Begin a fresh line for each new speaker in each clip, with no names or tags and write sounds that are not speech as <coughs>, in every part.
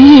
易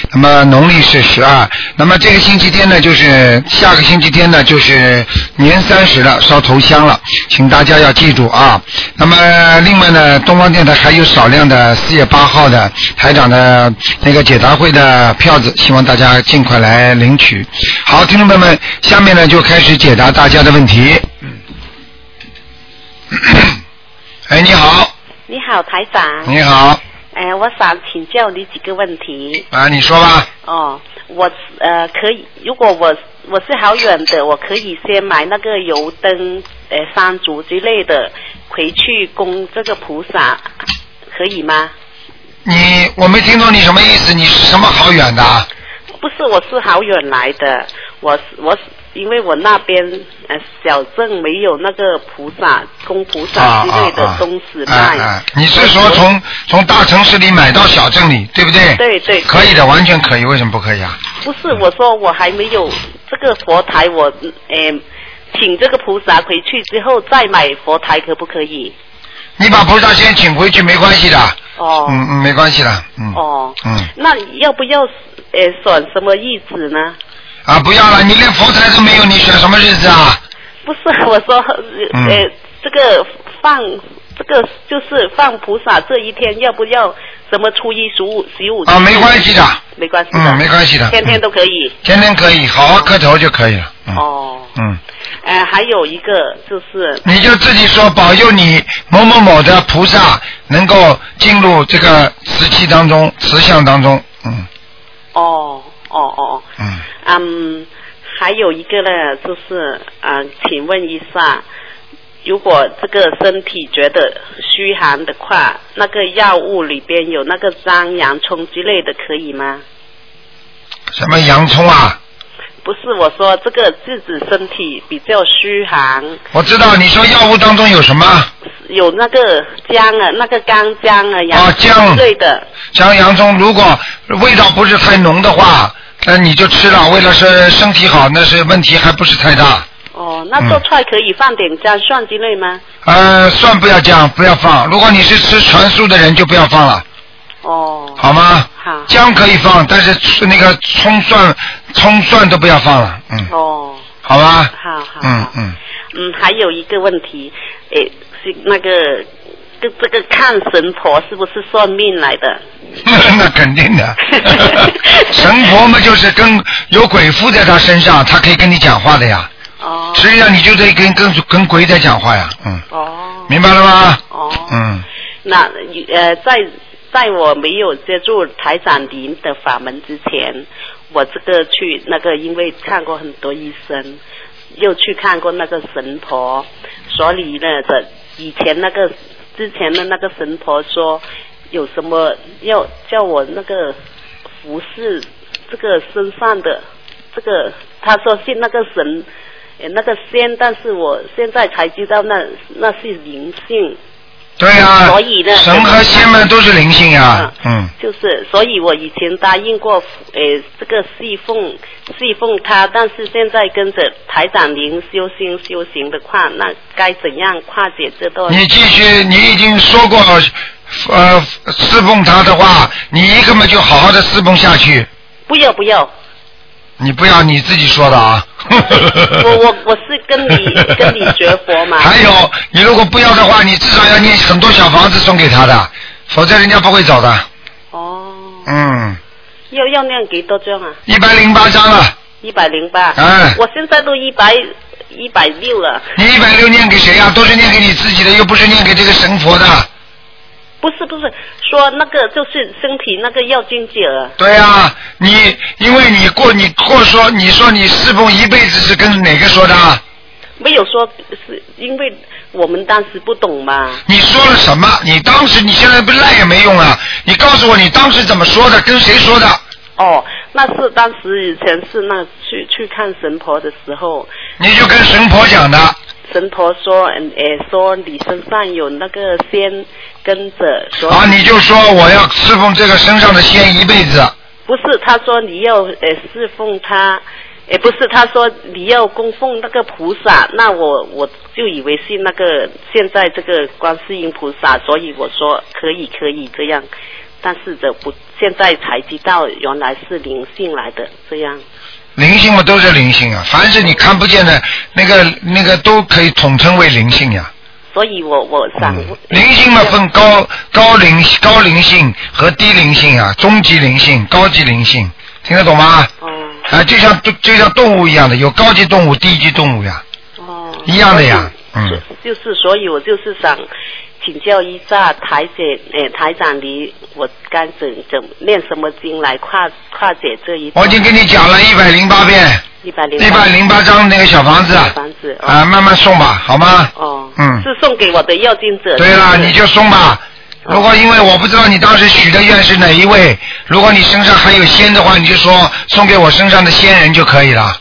那么农历是十二。那么这个星期天呢，就是下个星期天呢，就是年三十了，烧头香了，请大家要记住啊。那么另外呢，东方电台还有少量的四月八号的台长的那个解答会的票子，希望大家尽快来领取。好，听众朋友们，下面呢就开始解答大家的问题。哎，你好，
你好，台长。
你好，
哎，我想请教你几个问题。
啊，你说吧。
哦，我呃可以，如果我我是好远的，我可以先买那个油灯、呃山竹之类的，回去供这个菩萨，可以吗？
你我没听懂你什么意思？你是什么好远的啊？
不是，我是好远来的，我是我是因为我那边呃小镇没有那个菩萨供菩萨之类的东西
啊
卖。
啊啊！你是说从从大城市里买到小镇里，对不对？
对对
可以的，完全可以，为什么不可以啊？
不是，我说我还没有这个佛台我，诶，请这个菩萨回去之后再买佛台，可不可以？
你把菩萨先请回去没关系的，
哦、
嗯嗯，没关系的，嗯
哦，
嗯
那要不要诶选什么日子呢？
啊，不要了，你连佛台都没有，你选什么日子啊？
不是，我说
嗯
诶、这个放这个就是放菩萨这一天，要不要什么初一、十五、十五？
啊，没关系的，
没关系的，
嗯，没关系的，
天天都可以。
天天可以，好好磕头就可以了，嗯
哦，
嗯。
呃，还有一个就是，
你就自己说保佑你某某某的菩萨能够进入这个瓷器当中、瓷像当中。嗯
哦哦哦哦，
嗯，
嗯，还有一个呢，就是啊、呃请问一下，如果这个身体觉得虚寒的话，那个药物里边有那个张洋葱之类的，可以吗？
什么洋葱啊？
不是，我说这个自己身体比较虚寒，
我知道你说药物当中有什么，
有那个姜啊，那个干姜啊，洋
哦姜
葱之类的。
像洋葱，如果味道不是太浓的话，那你就吃了。为了是身体好，那是问题还不是太大。
哦，那
嗯
做菜可以放点姜蒜之类吗？
呃，蒜不要酱，不要放。如果你是吃全素的人，就不要放了，
哦，
好吗？
好
姜可以放，但是那个葱蒜、葱蒜都不要放了。嗯，
哦，
好吧。
好好。
嗯
好
嗯， <laughs>
嗯，还有一个问题，诶，是那个这这个看神婆是不是算命来的？
那肯定
<laughs>
的。神婆嘛，就是跟有鬼附在他身上，他可以跟你讲话的呀。
哦
实际上你就在跟跟跟鬼在讲话呀，嗯，
哦
明白了吗？
哦，
嗯，
那呃，在在我没有接触台长您的法门之前，我这个去那个，因为看过很多医生，又去看过那个神婆，所以呢的以前那个之前的那个神婆说有什么要叫我那个服侍这个身上的这个，他说是那个神。呃那个仙，但是我现在才知道那那是灵性，
对呀、
所以呢
神和仙们都是灵性呀，嗯，
就是，所以我以前答应过，呃，这个侍奉呃侍奉他，但是现在跟着台长您修心修行的话，那该怎样化解这
嗯
段？
你继续，你已经说过，呃，侍奉他的话，你一个嘛就好好的侍奉下去，
不要不要，
你不要你自己说的啊。呃
我我我是跟你跟你学佛
<laughs>
嘛。
还有，你如果不要的话，你至少要念很多小房子送给他的，否则人家不会走的。
哦，
嗯，
要要念几多张啊？
一百零八章了，
一百零八。
哎
我现在都一百一百六了，
你一百六念给谁呀、都是念给你自己的，又不是念给这个神佛的。
不是不是，说那个就是身体那个要精解了。
对啊呀、你因为你过你过说，你说你侍奉一辈子是跟哪个说的啊？
没有说是因为我们当时不懂嘛。
你说了什么？你当时你现在不赖也没用啊！你告诉我你当时怎么说的，跟谁说的？
哦，那是当时以前是那去去看神婆的时候，
你就跟神婆讲的，
神婆说，嗯，呃，说你身上有那个仙跟着，说
啊，你就说我要侍奉这个身上的仙一辈子，
不是，他说你要呃侍奉他，也不是，他说你要供奉那个菩萨，那我我就以为是那个现在这个观世音菩萨，所以我说可以可以这样，但是这不现在才知道原来是灵性来的这样。
灵性嘛都是灵性啊，凡是你看不见的那个那个都可以统称为灵性呀、
所以我我想问，
灵性嘛分高高灵高灵性和低灵性啊，中级灵性、高级灵性，听得懂吗？
哦
啊，就像就像动物一样的，有高级动物、低级动物呀，
哦，
一样的呀。嗯，
就是，所以我就是想请教一下台姐，诶、台长你，我该怎怎念什么经来跨跨解这一
我已经跟你讲了一百零八遍，
一百零
一百零八嗯张那个小房子
小房子哦
啊，慢慢送吧，好吗？
哦，
嗯
是送给我的要经者。
对了，
是不是哦
你就送吧。如果因为我不知道你当时许的愿是哪一位，如果你身上还有仙的话，你就说送给我身上的仙人就可以了，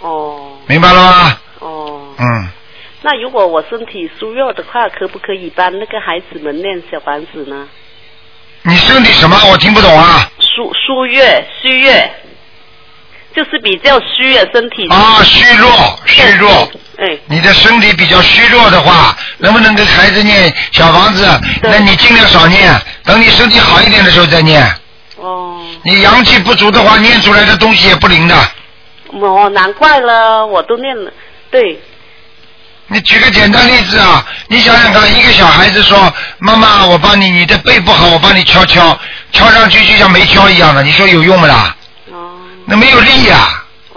哦
明白了吗？
哦，
嗯，
那如果我身体虚弱的话，可不可以帮那个孩子们念小房子呢？
你身体什么？我听不懂啊。
疏疏越虚越，就是比较虚的身体。
啊，虚弱，虚弱。
哎，
你的身体比较虚弱的话，能不能给孩子念小房子？
对
那你尽量少念，等你身体好一点的时候再念。
哦，
你阳气不足的话，念出来的东西也不灵的。
哦，难怪了，我都念了，对。
你举个简单例子啊，你想想看，一个小孩子说：“妈妈，我帮你，你的背不好，我帮你敲敲，敲上去就像没敲一样的。”你说有用不啦？
哦，
那没有力呀、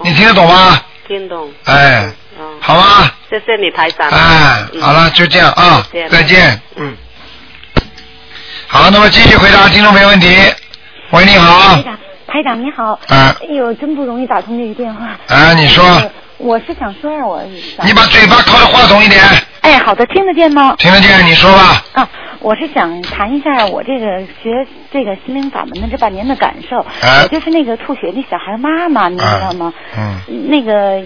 你听得懂吗？
听懂。
哎，
哦，
好吗？
谢谢你台长。
哎，
嗯
好了，就这样啊，再见。
嗯。
好，那么继续回答听众朋友问题。喂，你好
台，长，台长你好。
啊
哎呦，真不容易打通这个电话。呃
啊，你
哎
说，
我是想说让我。
你把嘴巴靠着话筒一点，
哎，好的，听得见吗？
听得见？你说吧。
啊，我是想谈一下我这个学这个心灵法门的这半年的感受。
啊
我就是那个吐血那小孩妈妈，你知道吗？
嗯
那个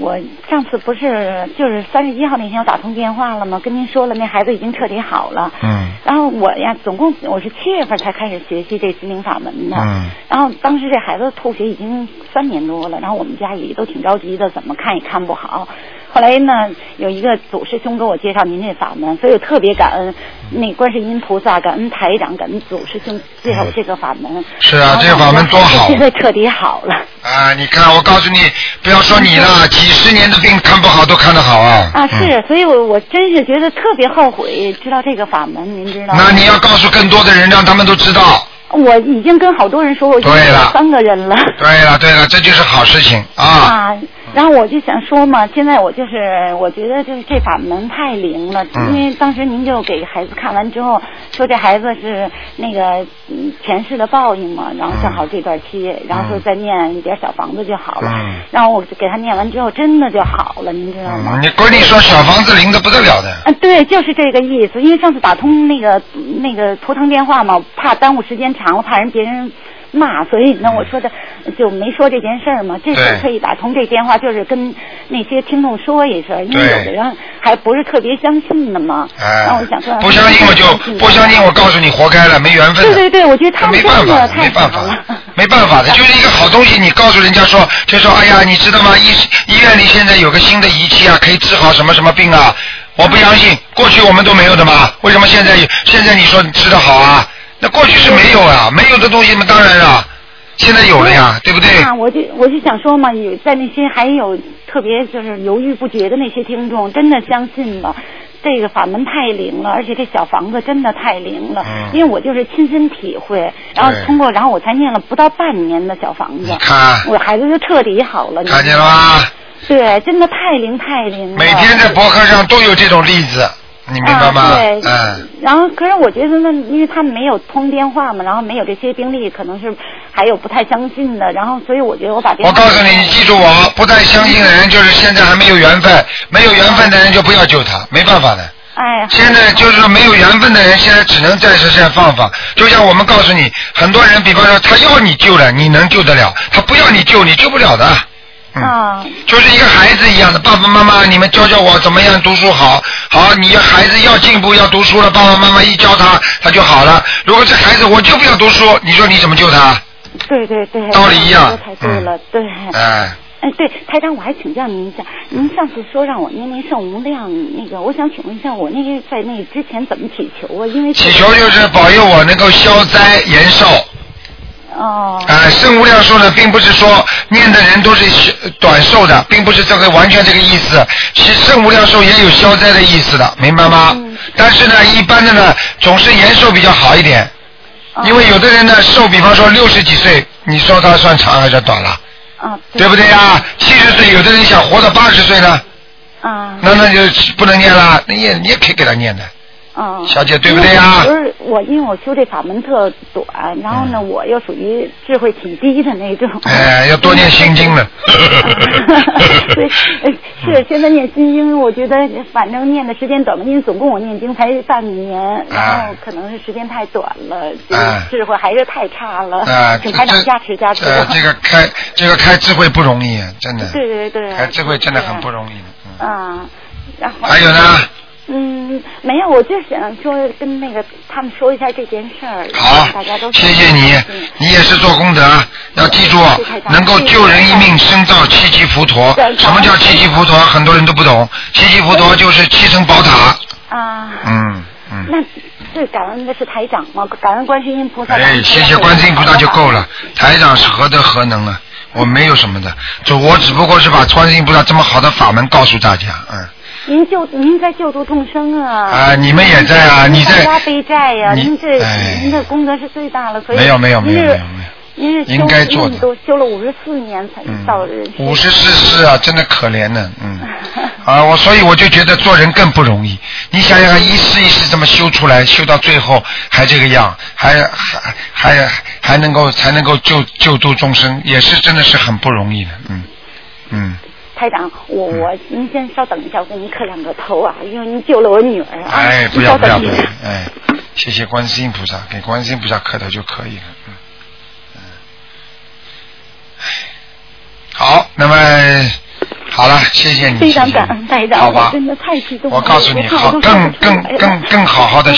我上次不是就是三十一号那天我打通电话了吗？跟您说了，那孩子已经彻底好了。
嗯
然后我呀，总共我是七月份才开始学习这心灵法门的。
嗯
然后当时这孩子吐血已经三年多了，然后我们家也都挺着急的，怎么看也看不好。后来呢，有一个祖师兄给我介绍您这法门，所以我特别感恩那观世音菩萨，感恩台长，感恩祖师兄介绍我这个法门。
是啊
然后
这个法门多好
现在彻底好了
啊，你看，我告诉你，不要说你了，几十年的病看不好都看得好啊。
嗯啊！
嗯
是，所以我我真是觉得特别后悔知道这个法门，您知道吗？
那你要告诉更多的人，让他们都知道。
我已经跟好多人说，我已经
对
有
了
三个人了。
对了对了，这就是好事情啊。
啊，然后我就想说嘛，现在我就是我觉得就是这法门太灵了，
嗯
因为当时您就给孩子看完之后说这孩子是那个嗯前世的报应嘛，然后正好这段期，然后说再念一点小房子就好了，
嗯
然后我就给他念完之后真的就好了，您知道吗？
嗯，你闺女说小房子灵的不得了的。
啊，对，就是这个意思。因为上次打通那个那个图腾电话嘛，怕耽误时间长了，怕人别人骂，所以呢，我说的就没说这件事儿嘛。这
嗯对
次特意打通这电话，就是跟那些听众说一声，因为
对
有的人还不是特别相信的嘛。然后
哎
我想说，，
不相信我就不相信，我告诉你，活该了，没缘分
对
的。
对对，我觉得他们
没办
真
法
的
的，
太
没办
好
法
了
的。，没办法的，就是一个好东西，你告诉人家说，就说哎呀，你知道吗？医医院里现在有个新的仪器啊，可以治好什么什么病啊，我不相信，过去我们都没有的嘛，为什么现在现在你说你治得好啊？那过去是没有啊，没有的东西嘛，当然了，现在有了呀，对不对？
啊，我就我就想说嘛，有在那些还有特别就是犹豫不决的那些听众，真的相信了。这个法门太灵了，而且这小房子真的太灵了，
嗯
因为我就是亲身体会，然后
对
通过，然后我才念了不到半年的小房子
你，看
我孩子就彻底好了。你
看见了？吗？
对，真的太灵太灵了。
啊每天在博客上都有这种例子，你明白吗
啊、？对，
嗯。
然后，可是我觉得呢，因为他们没有通电话嘛，然后没有这些病例，可能是还有不太相信的，然后所以我觉得我把电话
我告诉你，你记住我，不太相信的人就是现在还没有缘分，没有缘分的人就不要救他，没办法的。
哎，
现在就是说没有缘分的人，现在只能暂时先放放。就像我们告诉你，很多人，比方说他要你救了，你能救得了；他不要你救，你救不了的。
啊，
就是一个孩子一样的，爸爸妈妈，你们教教我怎么样读书好。好，你要孩子要进步，要读书了，爸爸妈妈一教他，他就好了。如果这孩子我就不要读书，你说你怎么救他？
对对对，
道理一样
说太对了，对。
哎，
哎，对，台长，我还请教您一下，您上次说让我念那圣无量，那个我想请问一下，我那个在那之前怎么祈求啊？因为
祈求就是保佑我能够消灾延寿。
哦，
啊，圣无量寿呢，并不是说念的人都是短寿的，并不是这个完全这个意思。其实圣无量寿也有消灾的意思的，明白吗？但是呢，一般的呢，总是延寿比较好一点，因为有的人呢寿，比方说六十几岁，你说他算长还是短了？
啊，
对不对呀？七十岁，有的人想活到八十岁呢，
啊，
那那就不能念了，那也你也可以给他念的。
啊，
小姐对不对
因为我
呀
就是我，因为我修这法门特短，然后呢，我又属于智慧挺低的那种。
嗯哎，要多念
<laughs>
心经了。
所以呃是现在念心经，我觉得反正念的时间短嘛，因为总共我念经才半年，然后可能是时间太短了，
哎
智慧还是太差了，
啊，
请
这
台长
这
加持加持。啊
呃，这个开这个开智慧不容易，真的。
对对对，
开智慧真的很不容易的。嗯
啊，然后
还有呢？
嗯，没有，我就想说跟那个他们说一下这件事儿，
好
啊大家都，
谢谢你，你也是做功德，啊
嗯
要记住，哦能够救人一命，胜造七级浮屠。什么叫七级浮屠？很多人都不懂，七级浮屠就是七层宝塔。
啊。
嗯。
那最感恩的是台长吗？感恩观世音菩萨。
哎，谢谢观世音菩萨就够了。台长是何德何能啊？我没有什么的，就我只不过是把观世音菩萨这么好的法门告诉大家，嗯。
您救您在救助众生啊！
啊你们也在啊你在
大家背债呀、
你
您这、
哎
您的功德是最大了，所以
没有没有没有
您
没
是
有没有，
您是修
应该做的嗯
那么多修了五十四年才到人世、
五十四世啊，真的可怜呢，
<laughs>
嗯。啊，我所以我就觉得做人更不容易。你想想看，一世一世这么修出来，修到最后还这个样，还还还还能够才能够救救度众生，也是真的是很不容易的，嗯嗯。
台长，我我您先稍等一下，我给您磕两个头啊，因为您救了我女儿啊。
哎，不
您
要
稍
不要
等
不
一
要
下。，
哎，谢谢观世音菩萨，给观世音菩萨磕头就可以了，嗯嗯，哎好，那么好了，谢谢你，
非常
谢谢
感恩台长，
好吧
我真的太激动了。
我告诉你，
看
好，
都哎说
更
不出
更
来了
更更好好
哎
的，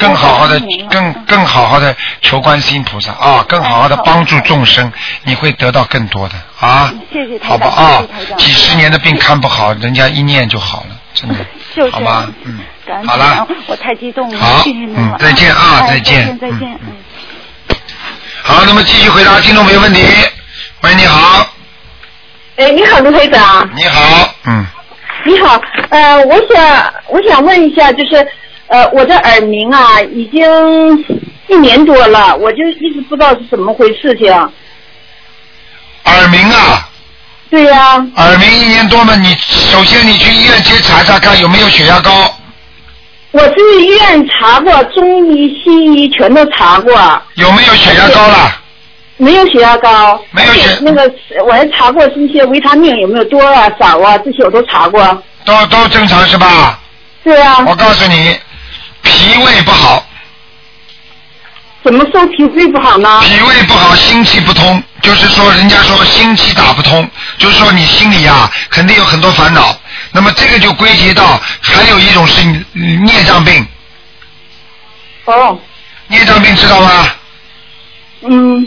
更好好的，更
啊
更好好的求观世音菩萨啊，更好好
哎
的帮助众生，你会得到更多的啊，
谢谢台
好吧
长，
啊
谢谢台，长，
几十年的病看不好，人家一念就好了，真的，
<laughs> 就是啊
好吗？嗯。
感恩
好
台
了
长，我太激动了，
好
谢谢您了
嗯再见啊
哎
再
再
见
再
嗯
见，嗯。
好，那么继续回答听众朋友问题。喂，你好，
哎，你好，卢台长。
你好，嗯，
你好，呃，我想我想问一下，就是呃，我的耳鸣啊，已经一年多了，我就一直不知道是怎么回事情。
耳鸣啊，
对呀、
耳鸣一年多嘛，你首先你去医院去查查看有没有血压高，
我去医院查过，中医、西医全都查过，
有没有血压高了？
没有血压高，
没有血
那个我还查过这些维他命有没有多啊、少啊，这些我都查过。
都都正常是吧？
对啊，
我告诉你，脾胃不好，
怎么说脾胃不好呢？
脾胃不好，心气不通，就是说人家说心气打不通，就是说你心里呀、肯定有很多烦恼。那么这个就归结到还有一种是孽障病，
哦，
孽障病知道吗？
嗯，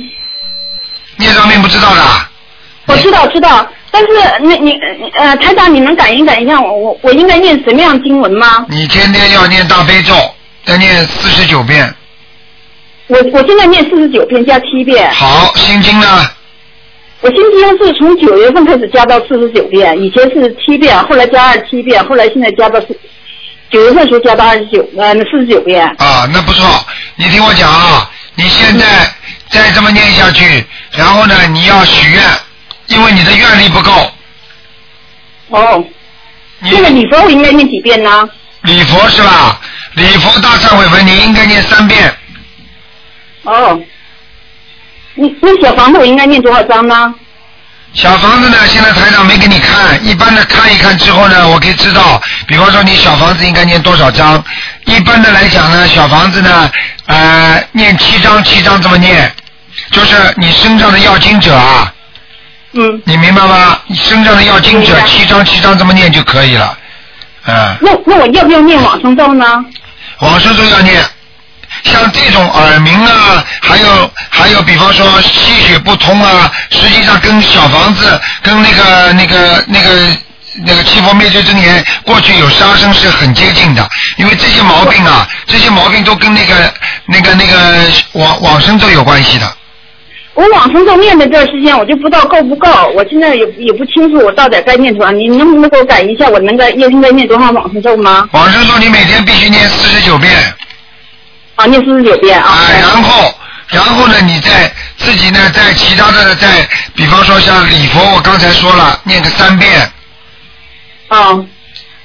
孽障病不知道的啊，
我知道知道，但是那你呃台长，你能感应感应一下我我我应该念什么样经文吗？
你天天要念大悲咒，要念四十九遍。
我我现在念四十九遍加七遍，
好，心经呢？
我心经是从九月份开始加到四十九遍，以前是七遍，后来加二十七遍，后来现在加到四九月份的时候加到二十九呃四十九遍。
啊，那不错。你听我讲啊，你现在再这么念下去，然后呢，你要许愿，因为你的愿力不够。
哦，
你
这个礼佛我应该念几遍呢？
礼佛是吧？礼佛大忏悔文你应该念三遍，
哦，你那小房子我应该念多少章呢？
小房子呢，现在台长没给你看，一般的看一看之后呢，我可以知道，比方说你小房子应该念多少章。一般的来讲呢，小房子呢，呃，念七章七章这么念，就是你身上的要经者啊，
嗯，
你明白吗？你身上的要经者
明白
七张七张这么念就可以了，嗯，
那那我要不要念往生咒呢？
往生咒要念，像这种耳鸣啊，还有还有，比方说气血不通啊，实际上跟小房子跟那个那个那个。那个七佛灭罪真言过去有杀生是很接近的，因为这些毛病啊，这些毛病都跟那个那个那个往往生咒有关系的。
我往生咒念的这段时间，我就不知道够不够，我现在也也不清楚我到底该念多少。你能不能给我感应一下，我能该应该念多少往生咒吗？
往生咒你每天必须念四十九遍，
啊，念四十九遍啊
啊，。然后，然后呢，你再自己呢，在其他的再，比方说像礼佛，我刚才说了，念个三遍，
啊，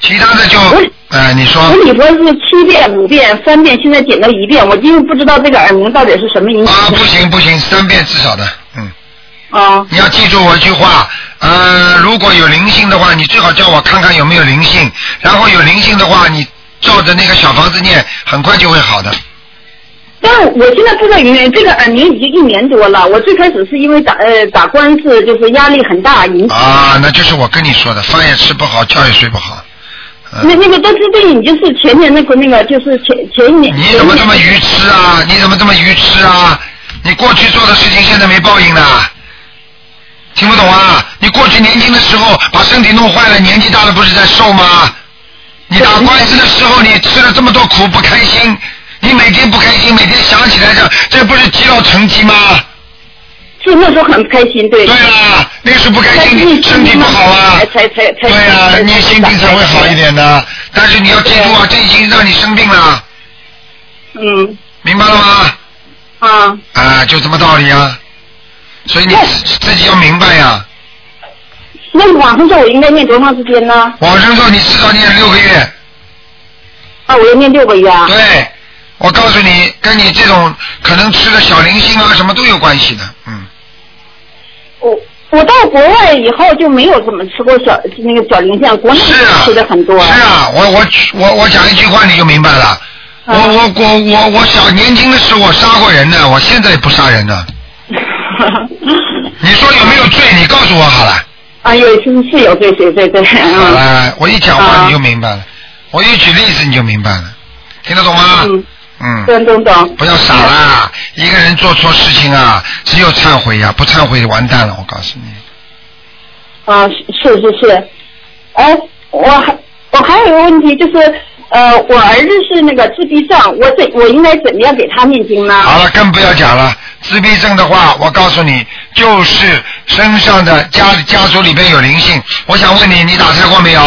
其他的就
我，
呃，你说
我礼佛是七遍、五遍、三遍，现在减到一遍，我因为不知道这个耳鸣到底是什么影响。
啊，不行不行，三遍至少的，嗯，
啊
你要记住我一句话，呃，如果有灵性的话，你最好叫我看看有没有灵性，然后有灵性的话，你照着那个小房子念，很快就会好的。
但是我现在不知道原因，这个耳鸣已经一年多了。我最开始是因为打呃打官司，就是压力很大影响。
啊，那就是我跟你说的，饭也吃不好，觉也睡不好。嗯
那那个，但是这已经是前年那个那个，就是前前一年。
你怎么这么愚痴啊？你怎么这么愚痴啊？你过去做的事情现在没报应的，听不懂啊？你过去年轻的时候把身体弄坏了，年纪大了不是在瘦吗？你打官司的时候你吃了这么多苦不开心，你每天不开心，每天想起来这这不是积劳成疾吗？
是那时候很不开心，
对
对。
啦，那个时候不开
但是
心，
你
身体不好啊
才。才才才。
对呀、你心情才会好一。点的。但是你要记住啊，这已经让你生病了，
嗯
明白了吗？
啊，
啊，就这么道理啊。所以你
对
自自己要明白呀、
那往上咒我应该念多长时间呢？
往生咒你至少念六个月。
啊，我要念六个月啊。
对，我告诉你，跟你这种可能吃的小零星啊什么都有关系的。嗯，
我我到国外以后就没有怎么吃过小那个小零酱，国内
是啊，
吃的很多。
是啊，我我我我讲一句话你就明白了。我
嗯
我我我我小年轻的时候我杀过人呢，我现在也不杀人
<laughs>
呢。你说有没有罪？你告诉我好了。
啊，有是是有对对对对，
好
嗯
了，我一讲话
啊
你就明白了，我一举例子你就明白了，听得懂吗？
嗯，
嗯
懂懂懂。
不要傻啦！一个人做错事情啊，只有忏悔呀、不忏悔完蛋了。我告诉你，
啊，是是是是，哎，我还我还有一个问题就是，呃，我儿子是那个自闭症，我怎我应该怎么样给他念经呢？
好了，更不要讲了。自闭症的话，我告诉你，就是身上的家家族里边有灵性。我想问你，你打胎过没有？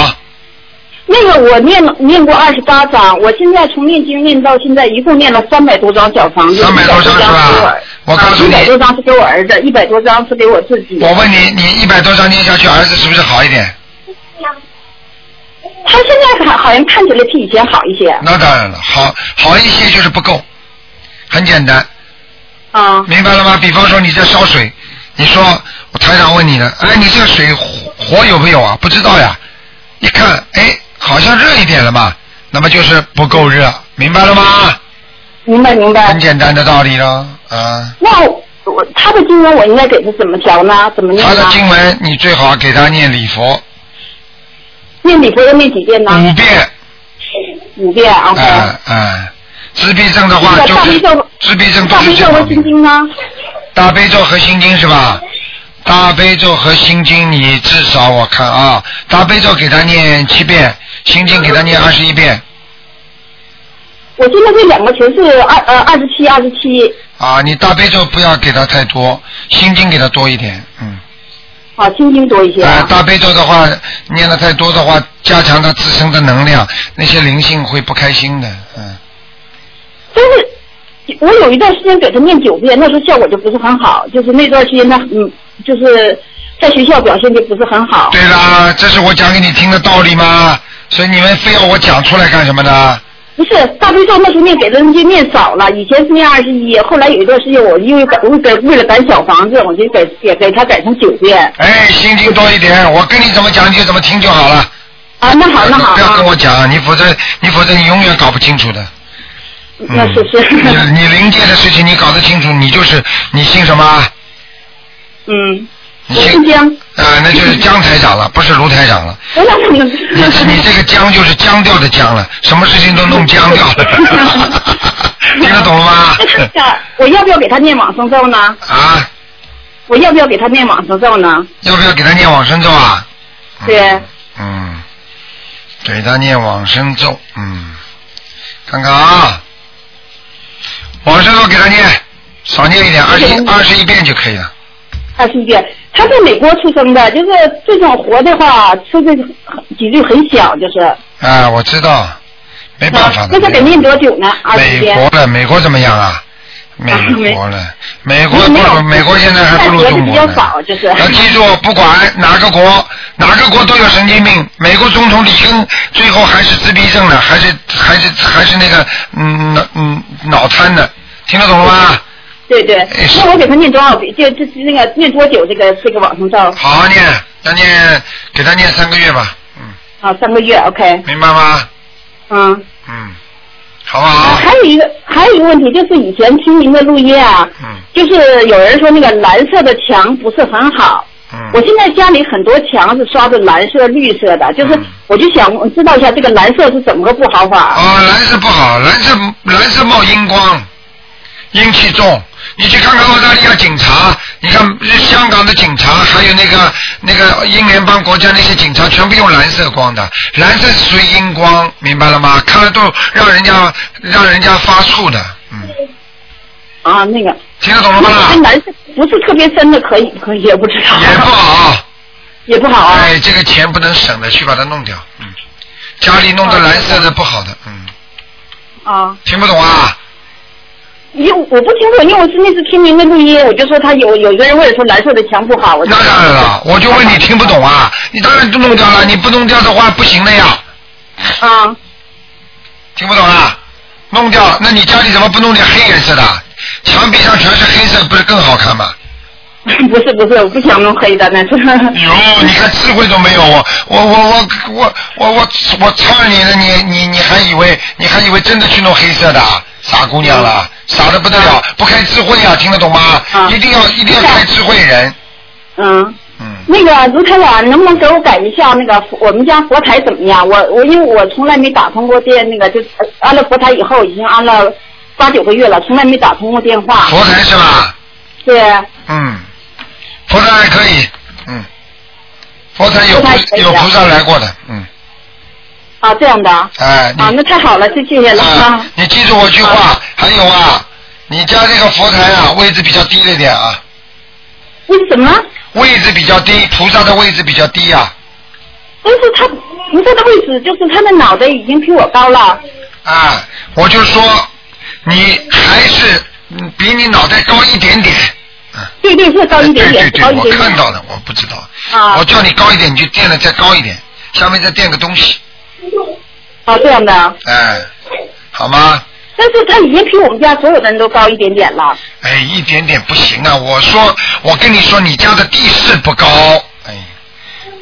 那个我念了念过二十八章，我现在从念经念到现在，一共念了三百多张小房子，
300多张是吧我告诉你
啊一百多张是给我儿子，一百多张是给我自己。
我问你，你一百多张念下去，儿子是不是好一点？
他现在好好像看起来比以前好一些
那当然了，好好一些就是不够，很简单。
啊
明白了吗？比方说你在烧水，你说我台长问你了，哎，你这个水火火有没有啊？不知道呀，一看，哎，好像热一点了嘛，那么就是不够热，明白了吗？
明白明白
很。简单的道理咯，啊。
那我他的经文我应该给他怎么调呢？怎么念
他
呢
的？经文你最好给他念礼佛
念礼佛要念几遍呢？
五遍，
五遍啊。
啊啊。自闭症的话
那
就
大悲
是
咒
自闭症都
大
是
悲
这
咒
样
和
的
心经呢？
大悲咒和心经是吧？大悲咒和心经，你至少我看啊，大悲咒给他念七遍，心经给他念二十一遍
我现在这两个全是二呃二十七二十七
啊。你大悲咒不要给他太多，心经给他多一点，嗯。
啊，心经多一些
啊，
啊。
大悲咒的话，念的太多的话，加强他自身的能量，那些灵性会不开心的，嗯。
但是我有一段时间给他念九遍，那时候效果就不是很好，就是那段时间他嗯，就是在学校表现就不是很好。
对啦，这是我讲给你听的道理吗？所以你们非要我讲出来干什么呢？
不是大悲咒那时候念给的人就念少了，以前是念二十一，后来有一段时间我因为改为改为了赶小房子，我就给给给他改成九遍
哎，心经多一点，我跟你怎么讲你就怎么听就好了。
啊。那好那好
不要跟
啊，
我讲，你否则你否则你永远搞不清楚的。嗯
那是是，
啊你你临界的事情你搞得清楚，你就是你姓什么？
嗯，
你
我
姓
姓江，
啊，那就是江台
<laughs>
长了，不是卢台长了。
我哪能？
你你这个僵就是僵掉的僵了，什么事情都弄僵掉了，
<laughs>
听得懂了吗？
我要不要给他念往生咒呢？
啊，
我要不要给他念往生咒呢？
要不要给他念往生咒啊？嗯
对。
嗯，给他念往生咒，嗯，看看啊，往生咒给他念，少念一点，二十一二十一遍就可以了。
二十一遍。他在美国出生的，就是这种活的话，出的几率很小，就是。
啊，我知道，没办法
那
的。
他得
没
念多久呢？二十一
美
遍。
国了，美国怎么样啊？美
啊没
国了，美国
没
不
有
如美国现在还不如中
比
国
较
呢。
少，就是。
要记住，不管哪个国，哪个国都有神经病。美国总统里根最后还是自闭症呢，还是还是还是那个嗯脑嗯脑瘫呢，听得懂了吗？
<laughs> 对对
哎，是
那我给他念多少遍？就这这那个念多久？这个这个往上照
好好念，要念给他念三个月吧，嗯，
啊，三个月，OK，
明白吗？
嗯。
嗯，好不
啊
好？
还有一个还有一个问题，就是以前听您的录音啊，
嗯
就是有人说那个蓝色的墙不是很好，
嗯，
我现在家里很多墙是刷的蓝色、绿色的，就是
嗯
我就想知道一下这个蓝色是怎么个不好法。
哦，蓝色不好，蓝色蓝色冒阴光，阴气重。你去看看澳大利亚警察，你看香港的警察，还有那个那个英联邦国家那些警察，全部用蓝色光的，蓝色是属于阴光，明白了吗？看了都让人家让人家发怵的，嗯，
啊，那个，
听得懂了
那
吗？
蓝色不是特别深的，可以可以也不知道，
也不好，啊
也不好啊。
哎，这个钱不能省的，去把它弄掉，嗯，家里弄的蓝色的不好的，嗯，
<laughs> 啊，
听不懂啊？
因为我不清楚，因为我是那次听您的录音，我就说他有有一个人问说蓝色的墙不好，我就
那当然了，我就问你听不懂啊？你当然都弄掉了，你不弄掉的话不行的呀，
啊，
听不懂啊？弄掉，那你家里怎么不弄点黑颜色的？墙壁上全是黑色，不是更好看吗？
<laughs> 不是不是，我不想弄黑的，那是。
哟，你看智慧都没有，我我我我我我我我操你了，你你你还以为你还以为真的去弄黑色的啊？傻姑娘了，傻的不得了，不开智慧啊，听得懂吗？
啊
一定要一定要开智慧人，
嗯，
嗯，
那个卢台长，能不能给我改一下那个佛我们家佛台怎么样？我我因为我从来没打通过电，那个就呃安了佛台以后，已经安了八九个月了，从来没打通过电话。
佛台是吧？
对，
嗯，佛台还可以，嗯，佛台有
佛台可以
菩
啊的
有菩萨来过的，嗯，
啊，这样的啊，
哎，你
啊那太好了，谢谢了
啊
啊，
你记住我句话，还有啊，你家这个佛台啊，位置比较低了点啊，
为什么？
位置比较低，菩萨的位置比较低啊，
但是他菩萨的位置，就是他的脑袋已经比我高了。
啊，我就说你还是嗯比你脑袋高一点点，
对对，是高一点点，
对对
高
对，
一
我
点
看
点。
到了，我不知道，
啊
我叫你高一点，你就垫了再高一点，下面再垫个东西，
啊，这样的啊。
哎，好吗？
但是他已经比我们家所有的人都高一点点了。
哎，一点点不行啊！我说，我跟你说，你家的地势不高，哎，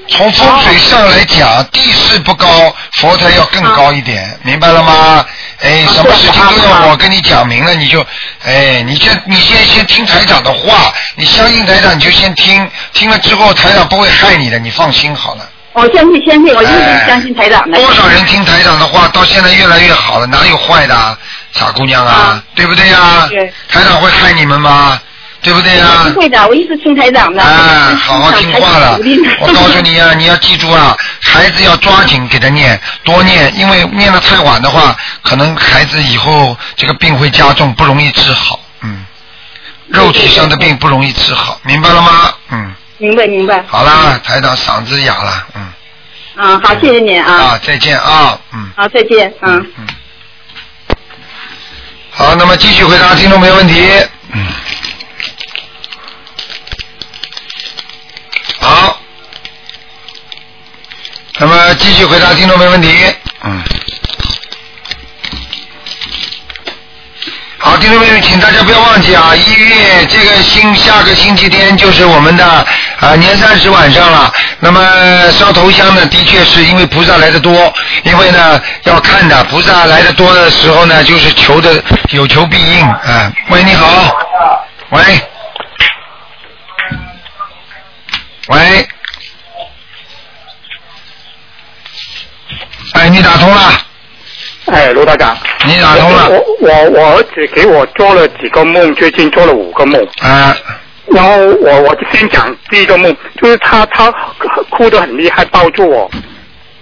从风水上来讲，地势不高，佛台要更高一点，明白了吗？哎，
啊
什么事情都
对啊
要我跟你讲明了，你就，哎，你先你先先听台长的话，你相信台长你就先听，听了之后台长不会害你的，你放心好了。
我相信，相信，我一
哎
直相信台长的。
多少人听台长的话，到现在越来越好了，哪有坏的啊？傻姑娘啊，
啊
对不对呀、
对
台长会害你们吗？对不对呀、
不会的，我一直听台长的。
啊哎，好好听话了
<laughs> 台长鼓励的。
我告诉你啊，你要记住啊，孩子要抓紧给他念，多念，因为念的太晚的话，可能孩子以后这个病会加重，不容易治好。嗯，肉体上的病不容易治好，明白了吗？嗯，
明白明白。
好啦，台长嗓子哑了，嗯，
嗯，好，谢谢你啊。
啊，再见啊，嗯。
好，再见。嗯。
嗯。好，那么继续回答听众朋友问题。嗯。好。那么继续回答听众朋友问题。嗯。好，听众朋友们，请大家不要忘记啊，一月这个星下个星期天就是我们的啊、呃年三十晚上了。那么烧头香呢，的确是因为菩萨来的多，因为呢要看的，菩萨来的多的时候呢，就是求的有求必应啊、喂，你好，喂。通了，
哎，罗大长，
你啊打通了
我我我儿子给我做了几个梦，最近做了五个梦。
啊、
然后我我先讲第一个梦，就是他他哭得很厉害，抱住我，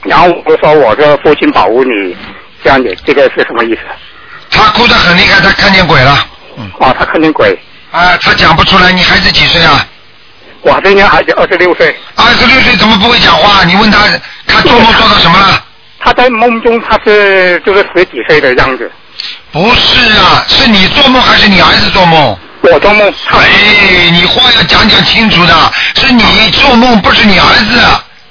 然后我说我的父亲保护你，这样子，这个是什么意思？
他哭得很厉害，他看见鬼了，嗯，
哦，他看见鬼，
啊、他讲不出来，你孩子几岁啊？
我这年孩子二十六岁，
二十六岁怎么不会讲话？你问他，他做梦做到什么了？
他在梦中他是就是十几岁的样子，
不是啊，是你做梦还是你儿子做梦？
我做梦，他
哎，你话要讲讲清楚的，是你做梦，不是你儿子。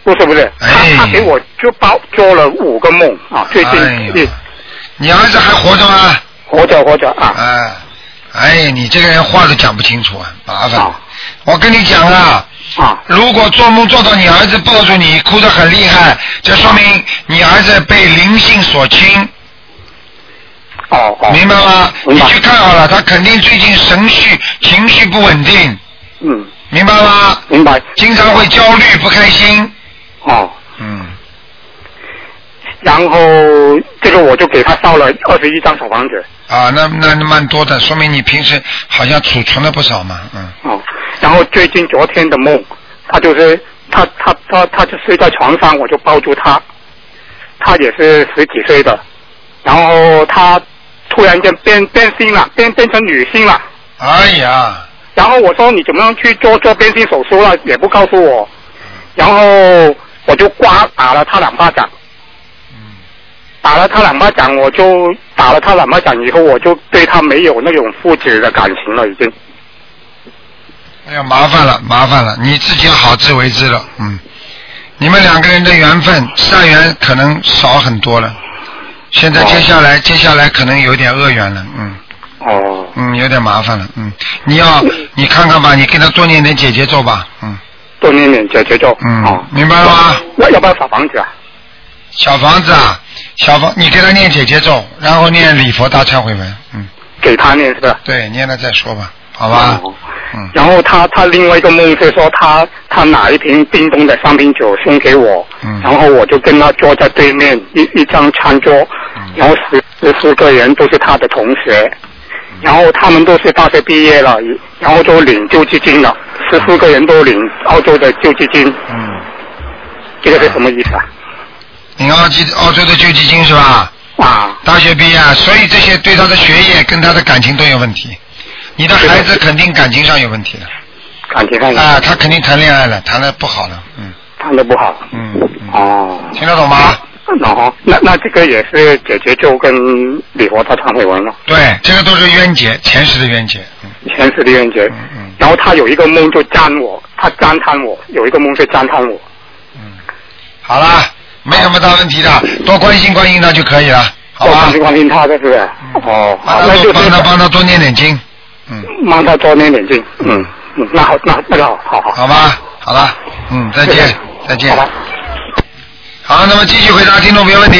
不是不是，他
哎
他给我就包做了五个梦啊，最近
哎
是
呦你儿子还活着吗？
活着活着啊
啊，哎，你这个人话都讲不清楚啊，麻烦
啊。
我跟你讲啊，
啊
如果做梦做到你儿子抱住你，哭得很厉害，这说明你儿子被灵性所侵，
哦哦，
明白吗？
明
你
白
去看好了，他肯定最近情绪情绪不稳定，
嗯
明白吗？
明白
经常会焦虑不开心。
哦。
嗯，
然后这个我就给他烧了二十一张小房子，
啊，那那那蛮多的，说明你平时好像储存了不少嘛，嗯。
哦，然后最近昨天的梦，他就是他他他他就睡在床上，我就抱住他，他也是十几岁的，然后他突然间变变性了，变变成女性了，
哎呀，
然后我说你怎么样去做做变性手术了，也不告诉我，然后我就刮打了他两巴掌，
嗯，
打了他两巴掌，我就打了他两巴掌以后，我就对他没有那种父子的感情了，已经。
哎呀，麻烦了，麻烦了，你自己好自为之了，嗯。你们两个人的缘分，善缘可能少很多了。现在
哦
接下来，接下来可能有点恶缘了，嗯
哦，
嗯，有点麻烦了，嗯。你要你看看吧，你给他多念点姐姐咒吧，嗯
多念念解决咒。
嗯，
哦，
明白了吗？
那要不要扫房子啊？
小房子啊，小房，你给他念姐姐咒，然后念礼佛大忏悔文，嗯，
给他念是吧？
对，念了再说吧，好吧？
哦
嗯，
然后他他另外一个梦是说他他拿一瓶冰冻的三瓶酒送给我，
嗯
然后我就跟他坐在对面一一张餐桌，
嗯
然后十十四个人都是他的同学，
嗯
然后他们都是大学毕业了，然后都领救济金了，十四个人都领澳洲的救济金，
嗯，
这个是什么意思啊？
你澳洲澳洲的救济金是吧？
啊，
大学毕业，所以这些对他的学业跟他的感情都有问题。你的孩子肯定感情上有问题了，
感情上
啊，他肯定谈恋爱了，谈的不好了，嗯
看的不好。
嗯，嗯
哦，
听得懂吗？
然后那那这个也是解决就跟李活他忏悔文了，
对，这个都是冤结，前世的冤结，嗯
前世的冤结。
嗯嗯
然后他有一个梦就赞我，他赞叹我，有一个梦是赞叹我。
嗯，好啦，没什么大问题的，多关心关心他就可以了，好
我
吧
想去？关心他的是不是？哦，好
帮他
那就
多
是
帮他帮他多念点经，嗯，
帮他多念点经。嗯嗯，那好，那那个好好好。
好吧，好了，嗯，再
谢
见
谢，
再见
好。吧。
好，那么继续回答听众朋友问题。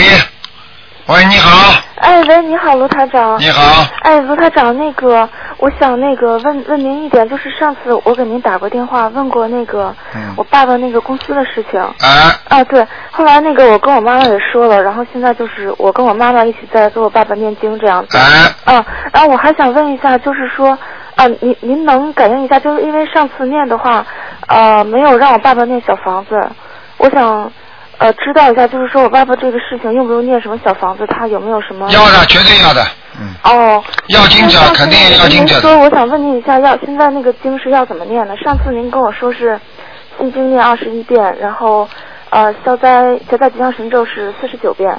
喂，你好，
哎喂，你好，卢台长。
你好。
哎，卢台长，那个，我想那个问问您一点，就是上次我给您打过电话，问过那个、
嗯
我爸爸那个公司的事情。
啊，
啊，对，后来那个我跟我妈妈也说了，然后现在就是我跟我妈妈一起在给我爸爸念经这样子。
哎，
嗯，然后我还想问一下，就是说，啊，您您能感应一下，就是因为上次念的话，呃，没有让我爸爸念小房子，我想，呃，知道一下，就是说我爸爸这个事情用不用念什么小房子，他有没有什
嗯
么？
要的，绝对要的，嗯，
哦，
要经者
那上次
肯定要经者
您
的
说，我想问您一下，要现在那个经是要怎么念的？上次您跟我说是心经念二十一遍，然后呃消灾消灾吉祥神咒是四十九遍，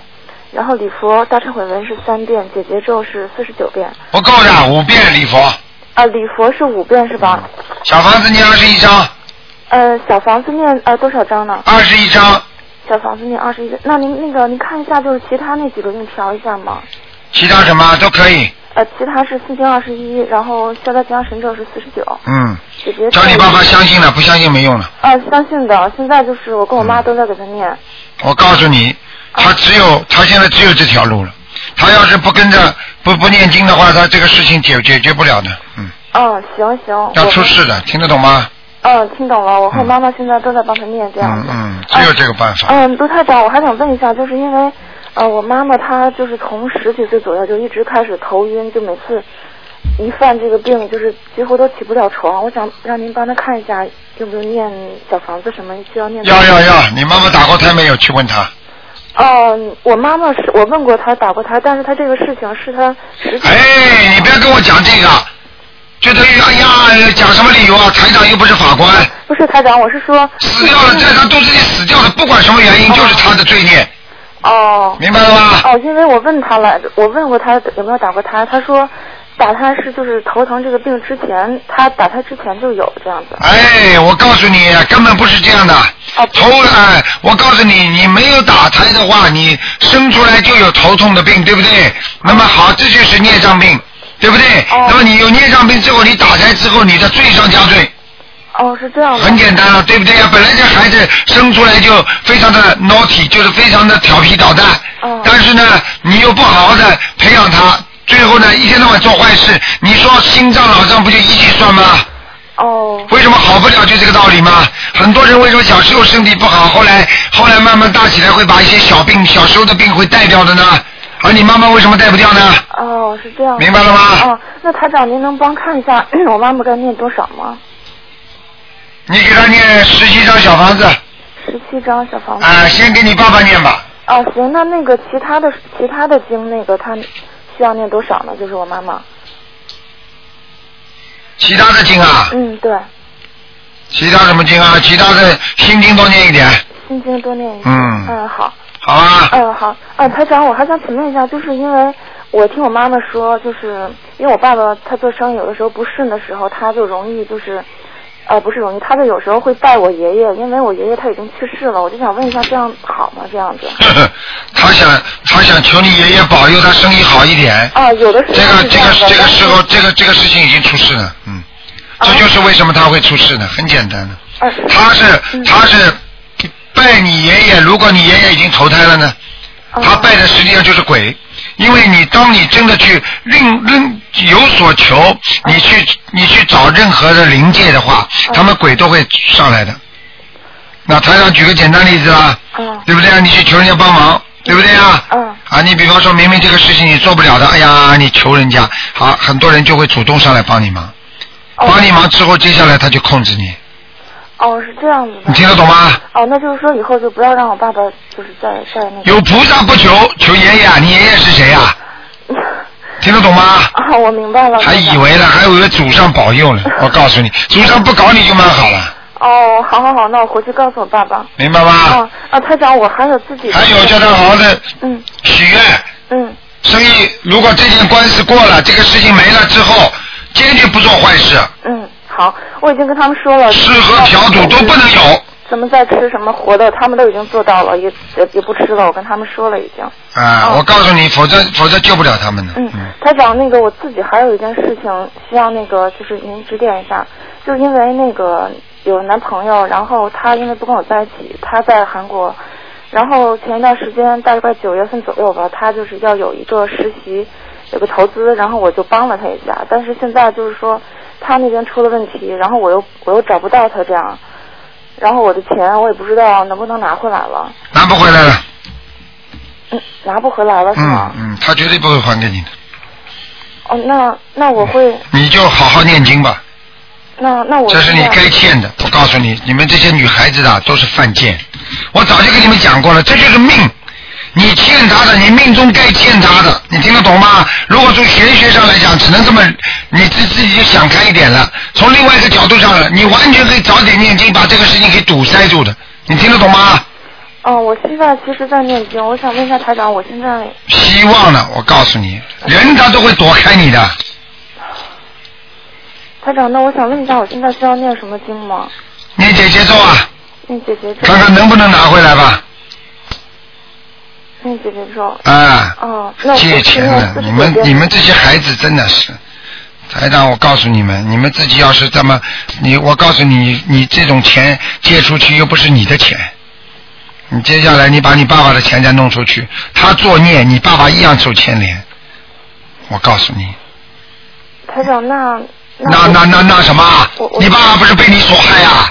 然后礼佛大忏悔文是三遍，解结咒是四十九遍，
不够的，
嗯
五遍礼佛，
啊、礼佛是五遍是吧？
小房子念二十一章，
呃，小房子念呃多少章呢？
二十一章，
小房子念二十一，那您那个您看一下，就是其他那几个用调一下吗？
其他什么都可以，
呃，其他是心经二十一，然后消灾吉祥神咒是四十九，
嗯，
解结咒
叫你爸爸相
嗯
信了，不相信没用了。
啊，相信的。现在就是我跟我
嗯
妈都在给他念。
我告诉你，
啊
他只有他现在只有这条路了，他要是不跟着不不念经的话，他这个事情解解决不了的，嗯，
嗯，行行。我
要出事的，听得懂吗？
嗯，听懂了。我和
嗯
妈妈现在都在帮他念这样
嗯
子。
嗯，只有这个办法，
嗯，卢太长，我还想问一下，就是因为呃，我妈妈她就是从十几岁左右就一直开始头晕，就每次一犯这个病，就是几乎都起不了床。我想让您帮她看一下，有没有念小房子什么需要念的？
要要要，你妈妈打过胎没有？去问她。
嗯，我妈妈是我问过她，打过胎，但是她这个事情是她十几
哎，你不要跟我讲这个，这等于哎呀，讲什么理由啊？台长又不是法官，
不是台长，我是说
死掉了，在他肚子里死掉了，不管什么原因，就是他的罪孽，
哦
明白了吗？
哦，因为我问她了，我问过她有没有打过胎，她说打胎是就是头疼这个病之前，她打胎之前就有这样子。
哎，我告诉你，根本不是这样的。头哎，我告诉你，你没有打胎的话，你生出来就有头痛的病，对不对？那么好，这就是孽障病，对不对？那么你有孽障病之后，你打胎之后，你的罪上加罪。
哦，是这样的。
很简单了，对不对呀、本来这孩子生出来就非常的 naughty，就是非常的调皮捣蛋。
哦
但是呢，你又不好好的培养他，最后呢，一天到晚做坏事，你说心脏脑脏不就一起算吗？
哦。
为什么好不了？就这个道理吗？很多人为什么小时候身体不好，后来后来慢慢大起来，会把一些小病、小时候的病会带掉的呢？而你妈妈为什么带不掉呢？
哦，是这样的。
明白了吗
哦，那台长您能帮看一下 <clears throat> 我妈妈该念多少吗？
你给他念十七张小房子，啊、
十七张小房子。
先给你爸爸念吧。
哦，行，那那个其他的其他的经那个她需要念多少呢？就是我妈妈。
其他的经啊，
嗯，对，
其他什么经啊？其他的心经多念一点， <laughs>
心经多念一下。
嗯
嗯，好。
好啊。
嗯，好。嗯，台长，我还想请问一下，就是因为我听我妈妈说，就是因为我爸爸他做生意有的时候不顺的时候，他就容易就是，呃，不是容易，他就有时候会拜我爷爷，因为我爷爷他已经去世了，我就想问一下，这样好吗？这样
<laughs>
子？
他想他想求你爷爷保佑他生意好一点。
啊，有的时
这
候
个
是
这
样
个
的
这个
但
时
是
候这个这个事情已经出事了，嗯，这就是为什么他会出事呢？很简单的，他是他是拜你爷爷，如果你爷爷已经投胎了呢，他拜的实际上就是鬼。因为你当你真的去另另有所求，你去你去找任何的灵界的话，他们鬼都会上来的。那台上举个简单例子啦，对不对啊？你去求人家帮忙，对不对啊？啊，你比方说明明这个事情你做不了的，哎呀，你求人家，好，很多人就会主动上来帮你忙，帮你忙之后，接下来他就控制你，
哦，是这样子的。
你听得懂吗？
哦，那就是说以后就不要让我爸爸就是再再那个。 <laughs>
有菩萨不求，求爷爷，啊，你爷爷是谁啊？听得懂吗？
啊，我明白了。
还以为呢，还以为祖上保佑呢。我告诉你，祖上不搞你就蛮好了，
哦，好好好，那我回去告诉我爸爸。
明白吗？
啊啊，台长，我还有自己的。还
有叫他好好的
嗯
许愿，
嗯，
生意如果这件官司过了，这个事情没了之后，坚决不做坏事，啊
嗯，好，我已经跟他们说了。
吃喝嫖赌都不能有。
什么再吃什么活的，他们都已经做到了，也也也不吃了。我跟他们说了已经。
啊，我告诉你，否则否则救不了他们的。
哦嗯，台长，那个我自己还有一件事情需要那个，就是您指点一下，就是因为那个有男朋友，然后他因为不跟我在一起，他在韩国，然后前一段时间大概九月份左右吧，他就是要有一个实习，有个投资，然后我就帮了他一下，但是现在就是说他那边出了问题，然后我又我又找不到他这样，然后我的钱我也不知道能不能拿回来了，
拿不回来了，
嗯，拿不回来了是吗？
嗯嗯，他绝对不会还给你的，
哦，那那我会，
你就好好念经吧，
那那我
这是你
现在
该欠的。我告诉你，你们这些女孩子的都是犯贱，我早就跟你们讲过了，这就是命。你欠他的，你命中该欠他的，你听得懂吗？如果从玄学上来讲，只能这么，你自自己就想开一点了。从另外一个角度上来，你完全可以早点念经，把这个事情给堵塞住的。你听得懂吗？
嗯，我现在其实在念经，我想问一下台长，我现在
希望了，我告诉你，人他都会躲开你的。
台长，那我想问一下，我现在需要念什么经吗？
念姐姐咒啊，
念姐姐咒，
看看能不能拿回来吧。
念姐姐咒。
啊，
哦，那我
借钱了，你们你们这些孩子真的是，台长，我告诉你们，你们自己要是这么，你我告诉你，你这种钱借出去又不是你的钱，你接下来你把你爸爸的钱再弄出去，他作孽，你爸爸一样受牵连。我告诉你，
台长，那
那那那那什么啊，你爸爸不是被你所害啊？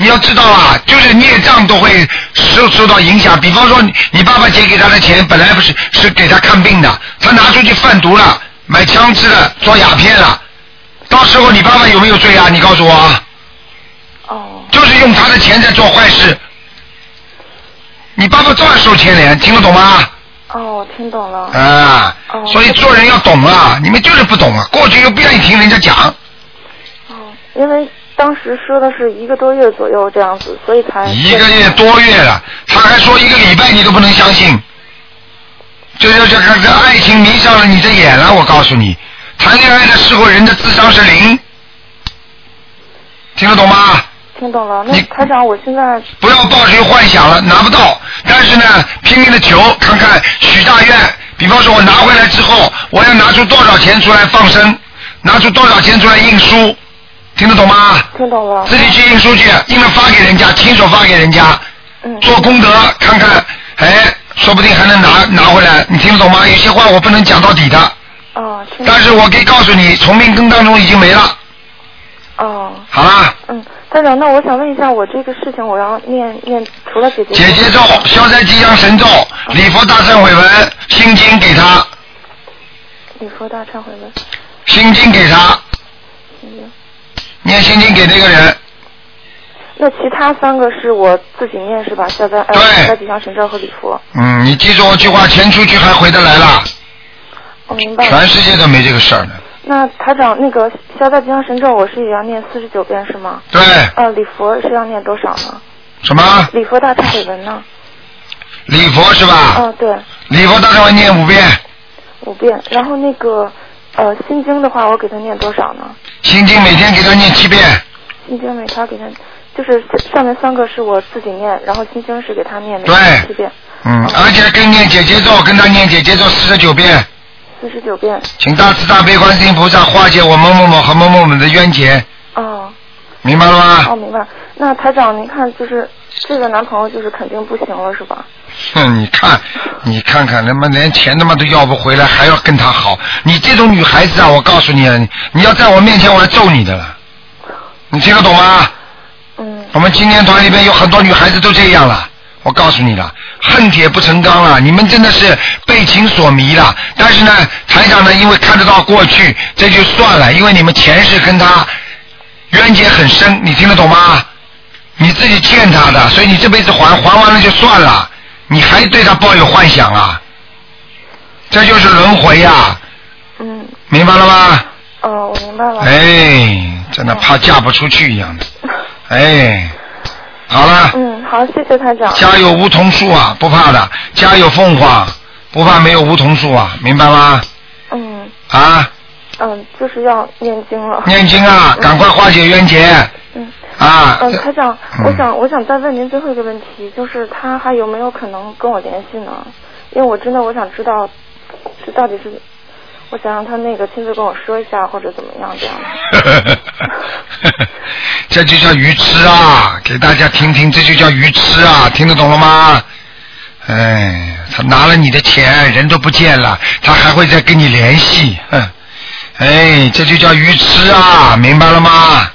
你要知道啊，就是孽障都会受受到影响。比方说你，你爸爸借给他的钱，本来不是是给他看病的，他拿出去贩毒了，买枪支了，做鸦片了，到时候你爸爸有没有罪啊？你告诉我啊，
哦，
就是用他的钱在做坏事，你爸爸照样受牵连，听得懂吗？
哦，我听懂了。
啊，
哦
所以做人要懂啊，你们就是不懂啊，过去又不愿意听人家讲，
哦，因为当时说的是一个多月左右这样子，所以才
一个月多月了，他还说一个礼拜你都不能相信，这就这这这爱情迷上了你的眼了，我告诉你，谈恋爱的时候人的智商是零，听得懂吗？
听懂了。
你
那台长，我现在
不要抱着幻想了，拿不到。但是呢，拼命的求，看看许大愿。比方说，我拿回来之后，我要拿出多少钱出来放生，拿出多少钱出来印书，听得懂吗？
听懂了。
自己去印书去，印了发给人家，亲手发给人家，
嗯，
做功德，看看，哎，说不定还能拿拿回来。你听得懂吗？有些话我不能讲到底的，
哦，听懂
但是我可以告诉你，从命根当中已经没了。
哦，
好啦，
嗯，台长，那我想问一下，我这个事情我要念念，除了姐姐，
姐姐咒、
嗯
消灾吉祥神咒、礼佛大忏悔文、心经给他。
你说大忏悔文，
心经给他，
嗯
念心经给那个人，
那其他三个是我自己念是吧？消灾呃，
对
消灾吉祥神咒和礼佛。
嗯，你记住我句话，钱出去还回得来了，
我、明白了。
全世界都没这个事儿呢。
那台长，那个消灾吉祥神咒我是也要念四十九遍是吗？
对，
呃，礼佛是要念多少呢？
什么
礼佛大忏悔文呢？
礼佛是吧？
嗯，对，
礼佛大概要念五遍，
五遍。然后那个呃心经的话，我给他念多少呢？
心经每天给他念七遍，
心经每天给他，就是上面三个是我自己念，然后心经是给他念的
对
七遍，
嗯，而且跟念姐姐咒，跟他念姐姐咒四十九遍，
四十九遍。
请大慈大悲观世音菩萨化解我某某某和某某某的冤结，
哦，
明白了吗？
哦，明白。那台长，您看就是这个男朋友就是肯定不行了，是吧？
哼，你看，你看看，他妈连钱他妈都要不回来，还要跟他好，你这种女孩子啊，我告诉你啊，你你要在我面前，我来揍你的了。你听得懂吗？
嗯，
我们青年团里面有很多女孩子都这样了，我告诉你了，恨铁不成钢啊了，你们真的是被情所迷了。但是呢，台长呢，因为看得到过去，这就算了，因为你们前世跟他冤结很深，你听得懂吗？你自己欠他的，所以你这辈子还还完了就算了，你还对他抱有幻想啊，这就是轮回呀、
嗯，
明白了吗？
哦，我明白了。
哎，真的怕嫁不出去一样的，哎，好了。
嗯，好，谢谢台长。
家有梧桐树啊，不怕的；家有凤凰，不怕没有梧桐树啊，明白吗？
嗯
啊，
嗯，就是要念经了。
念经啊，赶快化解冤结
嗯。
啊！
嗯，台长，
嗯
我想我想再问您最后一个问题，就是他还有没有可能跟我联系呢？因为我真的我想知道，这到底是，我想让他那个亲自跟我说一下，或者怎么样这样。
<laughs> 这就叫愚痴啊！给大家听听，这就叫愚痴啊！听得懂了吗？哎，他拿了你的钱，人都不见了，他还会再跟你联系，哼！哎，这就叫愚痴啊！明白了吗？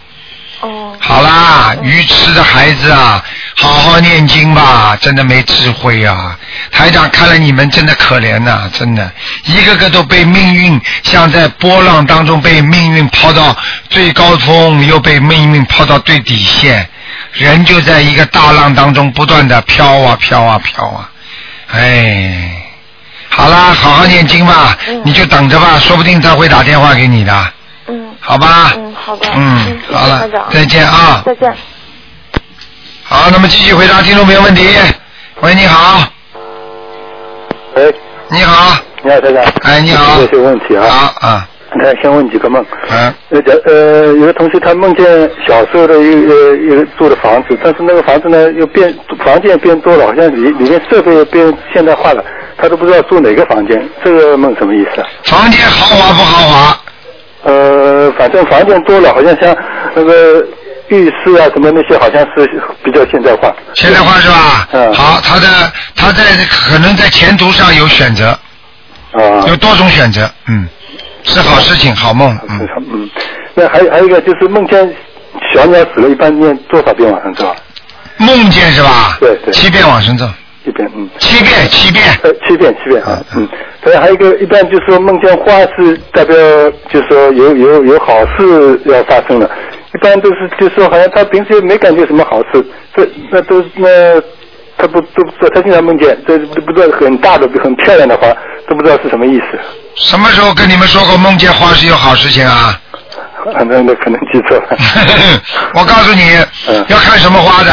哦，
好啦，愚痴的孩子啊，好好念经吧，真的没智慧啊！台长看了你们真的可怜呐、真的，一个个都被命运像在波浪当中被命运抛到最高峰，又被命运抛到最底线，人就在一个大浪当中不断的飘啊飘啊飘啊，哎，好啦，好好念经吧，你就等着吧，说不定他会打电话给你的，
嗯
好吧？
嗯，好的，
嗯，
谢谢
好了
台长，，
再见啊！
再见。
好，那么继续回答听众朋友问题。喂，你好，
哎，
你好，
你好，台长。
哎，你好
有，些问题
好
啊，
啊，
那先问几个梦。
嗯，
那个呃，有个同学他梦见小时候的一个呃一个住的房子，但是那个房子呢又变房间变多了，好像里里面设备又变现代化了，他都不知道住哪个房间。这个梦什么意思啊？
房间豪华不豪华？
呃，反正房间多了，好像像那个浴室啊什么那些，好像是比较现代化。
现代化是吧？
嗯
好，他的他在可能在前途上有选择，
啊。
有多种选择，嗯，是好事情，好梦，嗯，
嗯，那还有还有一个就是梦见
小鸟死了，一般念多少遍往上走？
梦见是吧？
对对
七遍往生咒，
一遍，嗯。
七遍，七遍。
呃，七遍，七遍啊，嗯。对，还有一个，一般就是说梦见花是代表，就是说有有有好事要发生了。一般都是就是说好像他平时没感觉什么好事，这那都是那他不都不知道，他经常梦见，这都不知道很大的很漂亮的花，都不知道是什么意思。
什么时候跟你们说过梦见花是有好事情啊？
反正那可能记错了。
<laughs>
嗯
我告诉你，要看什么花的，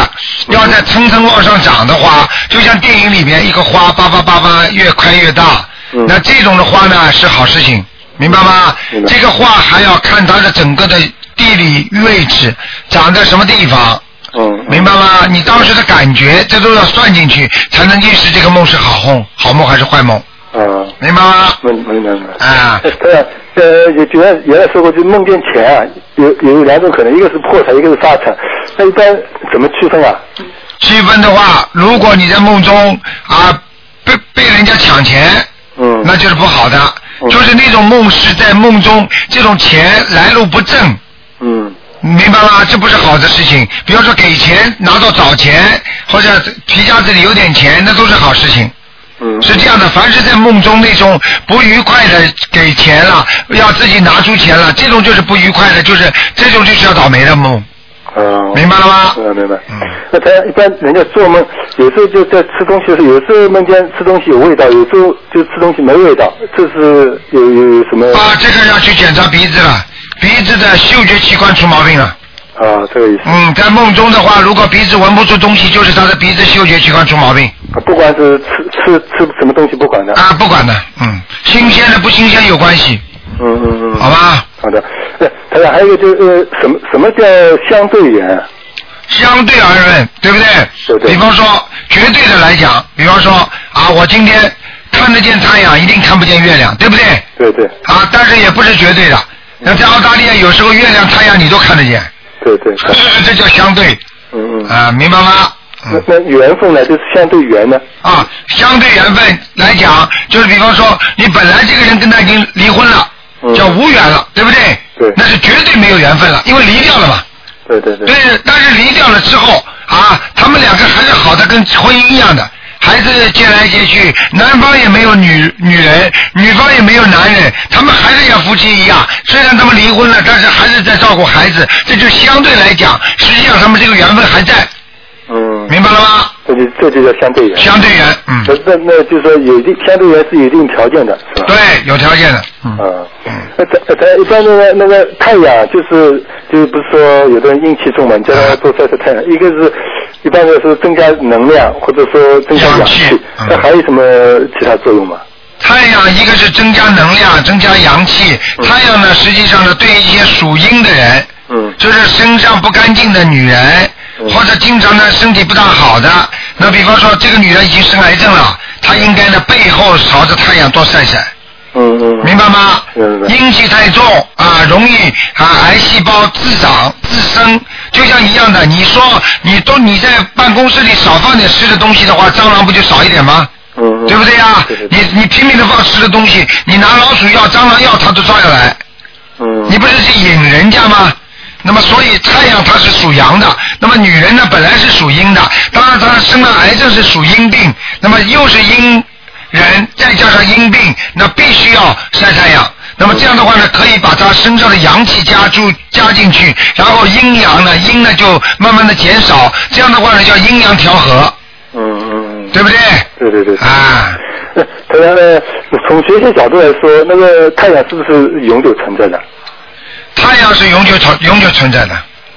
要在蹭蹭往上涨的花，就像电影里面一个花叭叭叭叭越开越大，
嗯
那这种的花呢是好事情，明白吗？这个花还要看它的整个的地理位置，长在什么地方。
嗯
明白吗？你当时的感觉，这都要算进去，才能意识这个梦是好梦、好梦还是坏梦。
嗯，
明白吗？
明明白明白。
啊，
对啊，呃，有原来原来说过，就梦见钱啊，有有两种可能，一个是破财，一个是发财。那一般怎么区分啊？
区分的话，如果你在梦中啊被被人家抢钱，
嗯，
那就是不好的，就是那种梦是在梦中，这种钱来路不正，
嗯，
明白吗？这不是好的事情。比方说给钱拿到找钱，或者皮夹子里有点钱，那都是好事情。
嗯，
是这样的，凡是在梦中那种不愉快的给钱了，要自己拿出钱了，这种就是不愉快的，就是这种就是要倒霉的梦。
嗯，
明白了吗？
嗯，明白。那他一般人家做梦，有时候就在吃东西的时候，有时候梦见吃东西有味道，有时候就吃东西没味道，这是有有有什么
啊，这个要去检查鼻子了，鼻子的嗅觉器官出毛病了。
啊？这个意思。
嗯，在梦中的话，如果鼻子闻不出东西，就是他的鼻子嗅觉器官出毛病
啊不管是吃吃吃什么东西，不管的。
啊，不管的，嗯，新鲜的不新鲜有关系，
嗯嗯嗯。
好吧？
好的。呃，台长，还有一个就是呃，什么什么叫相对缘啊？
相对而论，对不对？
对对
比方说，绝对的来讲，比方说啊，我今天看得见太阳，一定看不见月亮，对不对？
对对
啊，但是也不是绝对的。那在澳大利亚，有时候月亮、太阳你都看得见，
对对。
<laughs> 这叫相对
嗯嗯。
啊，明白吗？嗯
那那缘分呢？就是相对缘呢？
啊，相对缘分来讲，就是比方说，你本来这个人跟他已经离婚了，叫无缘了，对不对？
嗯对。
那是绝对没有缘分了，因为离掉了嘛。
对对对。
对，但是离掉了之后啊，他们两个还是好的，跟婚姻一样的，还是接来接去，男方也没有女女人，女方也没有男人，他们还是像夫妻一样。虽然他们离婚了，但是还是在照顾孩子，这就相对来讲，实际上他们这个缘分还在。
嗯。
明白了吗？
这就这就叫相对缘。
相对缘，嗯。
那那那就是说有一定相对缘是有一定条件的，是吧？
对，哎有条件的。
嗯，那他他呃一般那个那个太阳就是就是不是说有的人阴气重嘛，你叫他多晒晒太阳，一个是一般的是增加能量或者说增加氧气，那还有什么其他作用吗？
太阳一个是增加能量，增加阳气。太阳呢，实际上呢，对一些属阴的人，
嗯，
就是身上不干净的女人，或者经常呢身体不大好的，那比方说这个女人已经生癌症了，她应该呢背后朝着太阳多晒晒。
嗯嗯。
明白吗？
明白。
阴气太重啊，容易啊癌细胞滋长滋生，就像一样的。你说你都你在办公室里少放点吃的东西的话，蟑螂不就少一点吗？
嗯，
对不对呀、你你拼命的放吃的东西，你拿老鼠药、蟑螂药，它都照样来。
嗯。
你不是去引人家吗？那么，所以太阳它是属阳的，那么女人呢本来是属阴的，当然她生了癌症是属阴病，那么又是阴人，再加上阴病，那必须要晒太阳。那么这样的话呢，可以把她身上的阳气加注加进去，然后阴阳呢，阴呢就慢慢的减少，这样的话呢叫阴阳调和，
嗯嗯，
对不对？
对对对。
啊。
那当然呢，从学习角度来说，那个太阳是不是永久存在的？
太阳是永久存永久存在的。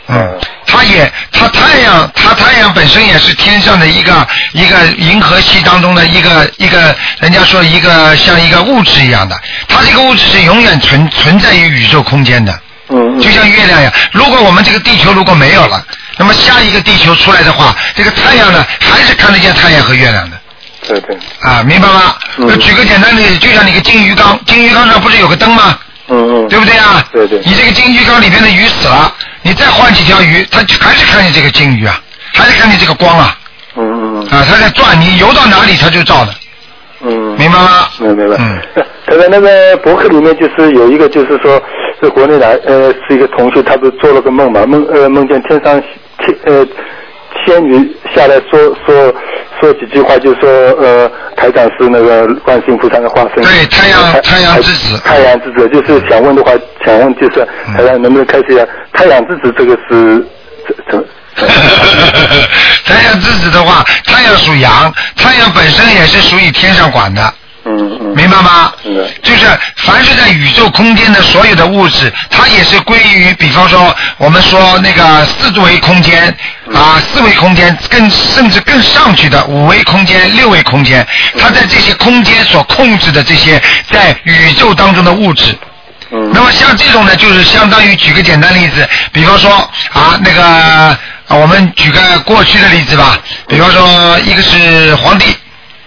嗯，它也，它太阳，它太阳本身也是天上的一个一个银河系当中的一个一个，人家说一个像一个物质一样的，它这个物质是永远存存在于宇宙空间的。
嗯，
就像月亮呀，如果我们这个地球如果没有了，那么下一个地球出来的话，这个太阳呢还是看得见太阳和月亮的。
对对。
啊，明白吗？嗯、举个简单的例子，就像你个金鱼缸，金鱼缸上不是有个灯吗？
嗯嗯。
对不对啊？
对对。
你这个金鱼缸里面的鱼死了，你再换几条鱼，它就还是看见这个金鱼啊，还是看见这个光啊。
嗯嗯嗯。
啊，它在转，你游到哪里它就照的。
嗯，
明白吗？
明白了。嗯，他在那个博客里面就是有一个，就是说是国内来呃是一个同学，他不是做了个梦嘛，梦呃梦见天上天呃仙女下来说说说几句话，就说呃台长是那个观世音菩萨的化身，
对太阳太阳之子
太阳之子就是想问的话，想问就是
嗯
台长能不能开始一下太阳之子这个是怎怎
太阳之子的话，太阳属阳，太阳本身也是属于天上管的，
嗯嗯
明白吗？
是的
就是凡是在宇宙空间的所有的物质，它也是归于，比方说我们说那个四维空间啊，四维空间更甚至更上去的五维空间、六维空间，它在这些空间所控制的这些在宇宙当中的物质。
嗯
那么像这种呢，就是相当于举个简单例子，比方说啊，那个啊，我们举个过去的例子吧，比方说一个是皇帝，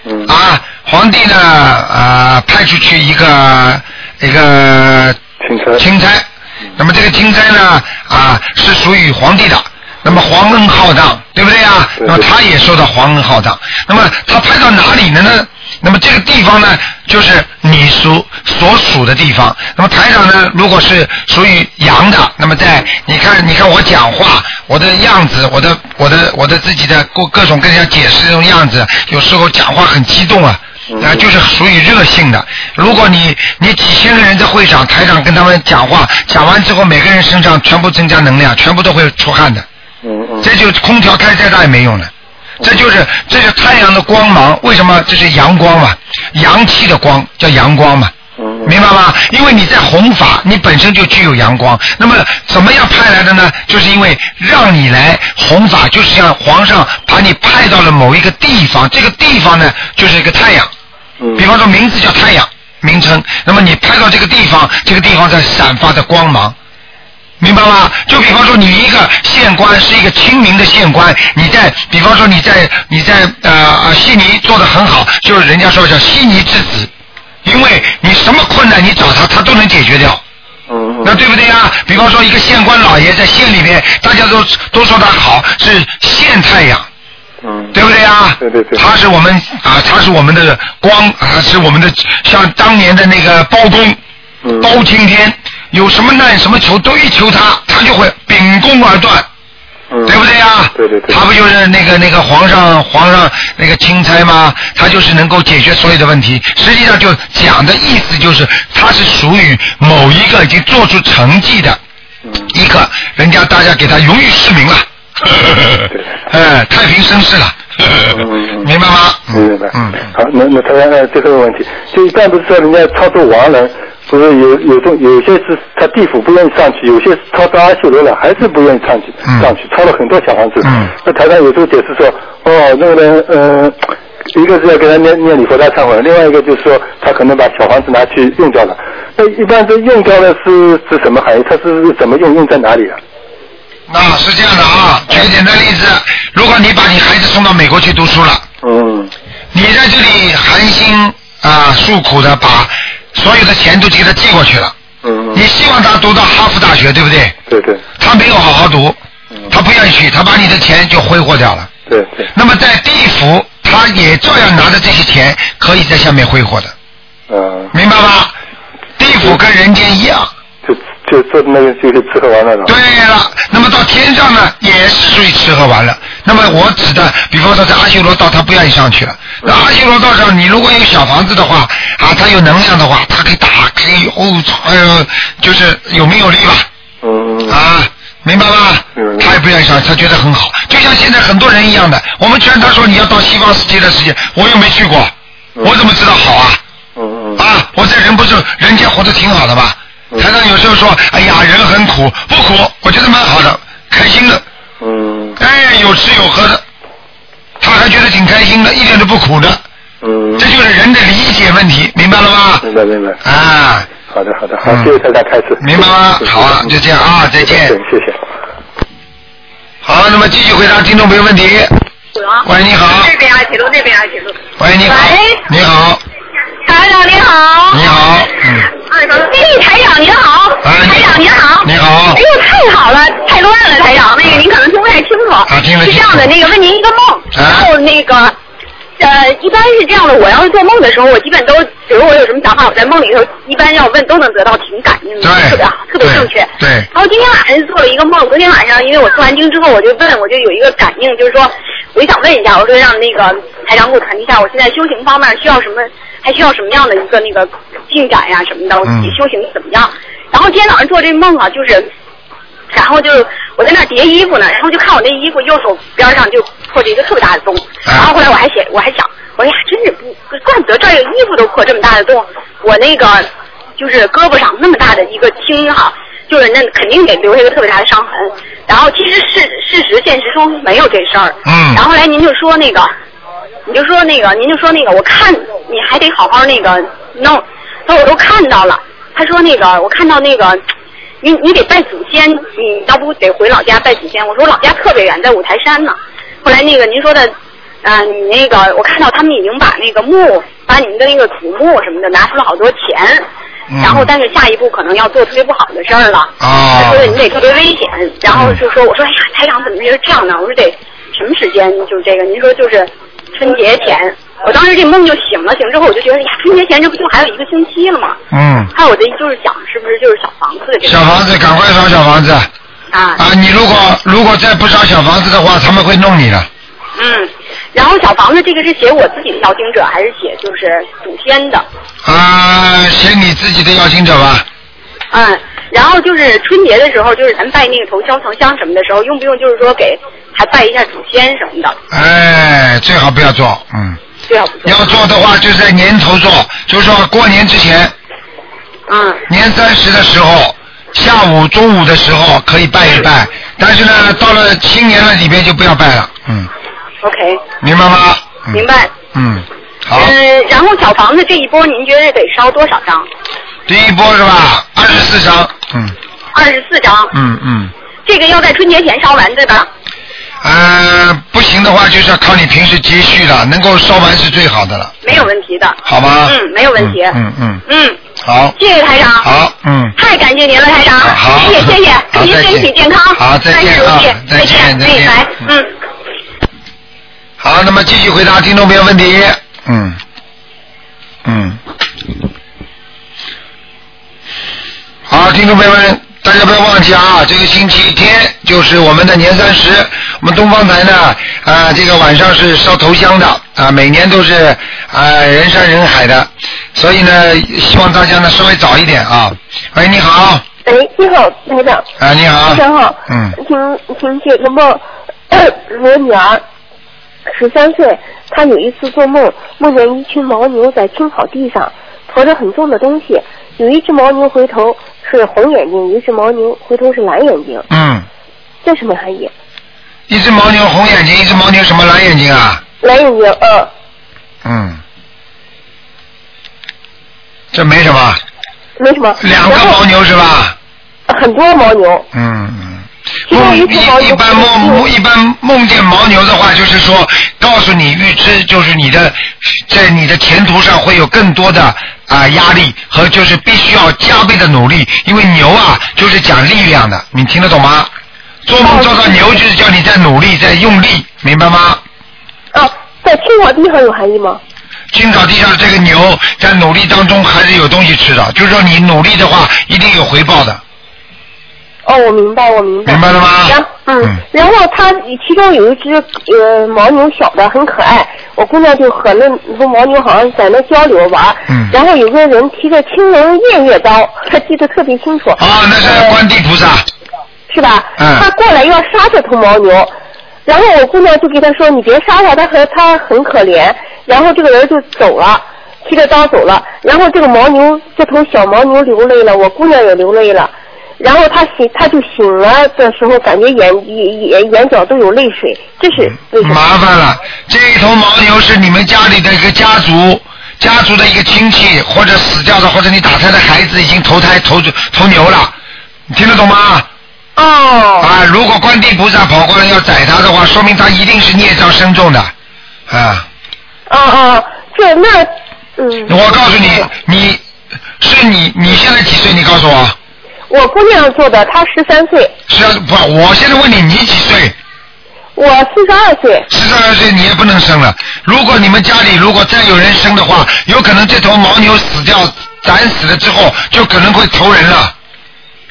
嗯
啊，皇帝呢啊、派出去一个一个
钦差嗯
钦差，那么这个钦差呢啊是属于皇帝的。那么皇恩浩荡，对不对啊？
对对
那么他也受到皇恩浩荡。那么他派到哪里了呢？那么这个地方呢，就是你属所属的地方。那么台长呢，如果是属于阳的，那么在你看，你看我讲话，我的样子，我的我的我的自己的各各种各样解释这种样子，有时候讲话很激动啊。
嗯
啊，就是属于热性的。如果你你几千个人在会场，台长跟他们讲话，讲完之后，每个人身上全部增加能量，全部都会出汗的。
嗯嗯
这就空调开再大也没用了。这就是这是太阳的光芒，为什么这是阳光嘛？阳气的光叫阳光嘛，
嗯嗯
明白吗？因为你在弘法，你本身就具有阳光。那么怎么样派来的呢？就是因为让你来弘法，就是像皇上把你派到了某一个地方，这个地方呢就是一个太阳。
嗯
比方说名字叫太阳名称，那么你拍到这个地方，这个地方在散发着光芒，明白吗？就比方说你一个县官是一个清明的县官，你在比方说你在你在呃呃悉尼做的很好，就是人家说叫悉尼之子，因为你什么困难你找他，他都能解决掉。
嗯
那对不对呀？比方说一个县官老爷在县里面，大家都都说他好，是县太阳，
嗯
对不对啊？
对对对
他是我们啊，他是我们的光啊，是我们的像当年的那个包公，
嗯
包青天，有什么难什么求都一求他，他就会秉公而断，
嗯
对不对啊？
对对对
他不就是那个那个皇上皇上那个钦差吗？他就是能够解决所有的问题。实际上就讲的意思就是，他是属于某一个已经做出成绩的
嗯
一个人家，大家给他荣誉市民了， <laughs> 呃，太平绅士了，
嗯
明白吗？
明白。
嗯，
好，那那他呃，最后一个问题，就一般不是说人家超度亡人，不是有有种有些是他地府不愿意上去，有些是超到阿修罗了，还是不愿意上去，
嗯
上去超了很多小房子。
嗯
那台上有时候解释说，哦，那个人，呃，一个是要给他念念礼佛大忏悔，另外一个就是说他可能把小房子拿去用掉了。那一般这用掉了是是什么含义？他是怎么用？用在哪里啊？
那是这样的啊，举个简单例子，如果你把你孩子送到美国去读书了，
嗯
你在这里含辛啊诉苦的把所有的钱都给他寄过去了，
嗯，
你希望他读到哈佛大学，对不对？
对对
他没有好好读，他不愿意去，他把你的钱就挥霍掉了。
对对，
那么在地府，他也照样拿着这些钱，可以在下面挥霍的，
嗯、
明白吗？地府跟人间一样。
就就做那个就是吃喝玩乐了。
对了，那么到天上呢，也是属于吃喝玩乐。那么我指的，比方说在阿修罗道，他不愿意上去了。那阿修罗道上，你如果有小房子的话，啊，他有能量的话，他可以打，可以哦，哎呦，就是有名有利吧，
嗯，嗯
啊，明白吗
嗯？
他也不愿意上，他觉得很好，就像现在很多人一样的。我们劝他说你要到西方世界的世界，我又没去过，我怎么知道好啊？
嗯嗯嗯
啊，我这人不是人间活得挺好的吧？台长有时候说，哎呀，人很苦，不苦，我觉得蛮好的，开心的，
嗯
哎，有吃有喝的，他还觉得挺开心的，一点都不苦的，
嗯
这，就是人的理解问题，明白了吗？
明白明白。
啊，
好的好的，
嗯
好，谢谢大家开始。
明白吗
谢？谢
好啊，就这样啊，再见。
对谢谢。
好，那么继续回答听众朋友问题。喂，你好。这边啊，铁路那边啊，铁路。喂，你好。你好，
台长您好，
你好，嗯，
哎，台长您好，
哎你
台长您好，
你好
哎呦，太好了，太乱了，台长，那个您可能听不太清楚，
啊听得
是这
清
样
楚
的，那个问您一个梦，
啊
然后那个
呃，一般是这样的，我要是做梦的时候，我基本都，比如我有什么想法，我在梦里头一般要问都能得到挺感应的，
对
特别好，特别正确。
对对
然后今天啊晚上就做了一个梦，昨天晚上因为我做完经之后，我就问，我就有一个感应，就是说，我就想问一下，我说让那个台长给我传递一下，我现在修行方面需要什么，还需要什么样的一个那个进展呀、什么的，我自己
嗯
修行怎么样？然后今天早上做这个梦啊，就是。然后就我在那儿叠衣服呢，然后就看我那衣服右手边上就破着一个特别大的洞，然后后来我还写我还想，我说呀，真是不怪不得这儿有衣服都破这么大的洞，我那个就是胳膊上那么大的一个青哈，就是那肯定得留下一个特别大的伤痕。然后其实事事实现实中没有这事儿，
嗯
然后后来您就说那个，你就说那个，您就说那个，我看你还得好好那个弄。他说我都看到了，他说那个我看到那个，你你得拜祖先，你要不得回老家拜祖先。我说我老家特别远，在五台山呢。后来那个您说的，啊、你那个我看到他们已经把那个墓，把你们的那个祖墓什么的拿出了好多钱，
嗯
然后但是下一步可能要做特别不好的事儿了。他
哦嗯
说，你得特别危险，然后就说我说哎呀，台长怎么是这样呢？我说得什么时间就是这个？您说就是春节前，我当时这梦就醒了，醒之后我就觉得哎呀，春节前这不就还有一个星期了吗？
嗯，
还有我这就是想是不是就是小房子的这个
小房子赶快烧小房子
啊？
啊！你如果如果再不烧小房子的话，他们会弄你的。
嗯，然后小房子这个是写我自己的邀请者，还是写就是祖先的？
啊，写你自己的邀请者吧。
嗯，然后就是春节的时候，就是咱拜那个头香、头香什么的时候，用不用就是说给还拜一下祖先什么的？
哎，最好不要做，嗯，
最好不
要做的话就在年头做，就是说过年之前，
嗯
年三十的时候，下午、中午的时候可以拜一拜，但是呢，到了新年了里边就不要拜了，嗯，
，OK，
明白吗？嗯
明。白。
嗯，好，
嗯，然后小房子这一波，您觉得得烧多少张？
第一波是吧？二十四张，嗯
二十四张，
嗯嗯，
这个要在春节前烧完，对吧？
呃，不行的话就是要靠你平时积蓄了，能够烧完是最好的了，
没有问题的。
好吗？
嗯，没有问题。
嗯嗯，
嗯，
嗯好，
谢谢台长。，
好，嗯。
太感谢您了，台长。
啊好，
谢谢谢谢，
好
祝您
再见
身体健康，
好再见
万事如意
啊，再见
见，
再见
拜拜。
嗯
嗯。
好，那么继续回答听众朋友问题。嗯，嗯。好，听众朋友们，大家不要忘记啊，这个星期天就是我们的年三十，我们东方台呢，啊、这个晚上是烧头香的，啊、每年都是啊、人山人海的，所以呢，希望大家呢稍微早一点啊。喂，你好，啊、
哎，你好，台长，
你好
台，长好，
嗯，
请请解个梦。 <coughs> 我女儿十三岁，她有一次做梦，梦见一群牦牛在青草地上驮着很重的东西，有一只牦牛回头是红眼睛，有一只牦牛回头是蓝眼睛，
嗯，
这什么含义？
一只牦牛红眼睛，一只牦牛什么蓝眼睛啊？
蓝眼睛，呃，
嗯，这没什么，
没什么。
两个
然后
牦牛是吧？
很多牦牛，
嗯嗯。
其中
梦
一只牦
一
牛
一般
是
梦一般梦见牦牛的话，就是说告诉你预知，就是你的在你的前途上会有更多的啊、压力和就是必须要加倍的努力，因为牛啊就是讲力量的，你听得懂吗？做梦做到牛就是叫你在努力，在用力，明白吗？
啊，在青草地上有含义吗？
青草地上这个牛在努力当中还是有东西吃的，就是说你努力的话一定有回报的，
哦，我明白，我明白。
明白了吗
然？嗯，然后它其中有一只呃牦牛小的很可爱，我姑娘就和那头牦牛好像在那交流玩儿，
嗯
然后有个人提着青龙偃月刀，她记得特别清楚，呃
啊，那是观地菩萨，
是吧？
嗯
他过来要杀这头牦牛，然后我姑娘就给他说：“你别杀它，它很它很可怜。”然后这个人就走了，提着刀走了。然后这个牦牛，这头小牦牛流泪了，我姑娘也流泪了。然后他醒，他就醒了的时候，感觉眼眼眼眼角都有泪水，这是为什么？
麻烦了。这一头牦牛是你们家里的一个家族。家族的一个亲戚，或者死掉的，或者你打胎的孩子已经投胎投投牛了，你听得懂吗？
哦，
啊，如果观地菩萨跑过来要宰他的话，说明他一定是孽障深重的，啊。
哦哦，这那嗯，
我告诉你，你是你你现在几岁？你告诉我，
我姑娘做的，她十三岁，
是要不？我现在问你，你几岁？
我四十二岁。
四十二岁你也不能生了。如果你们家里如果再有人生的话，有可能这头牦牛死掉、斩死了之后，就可能会投人了。嗯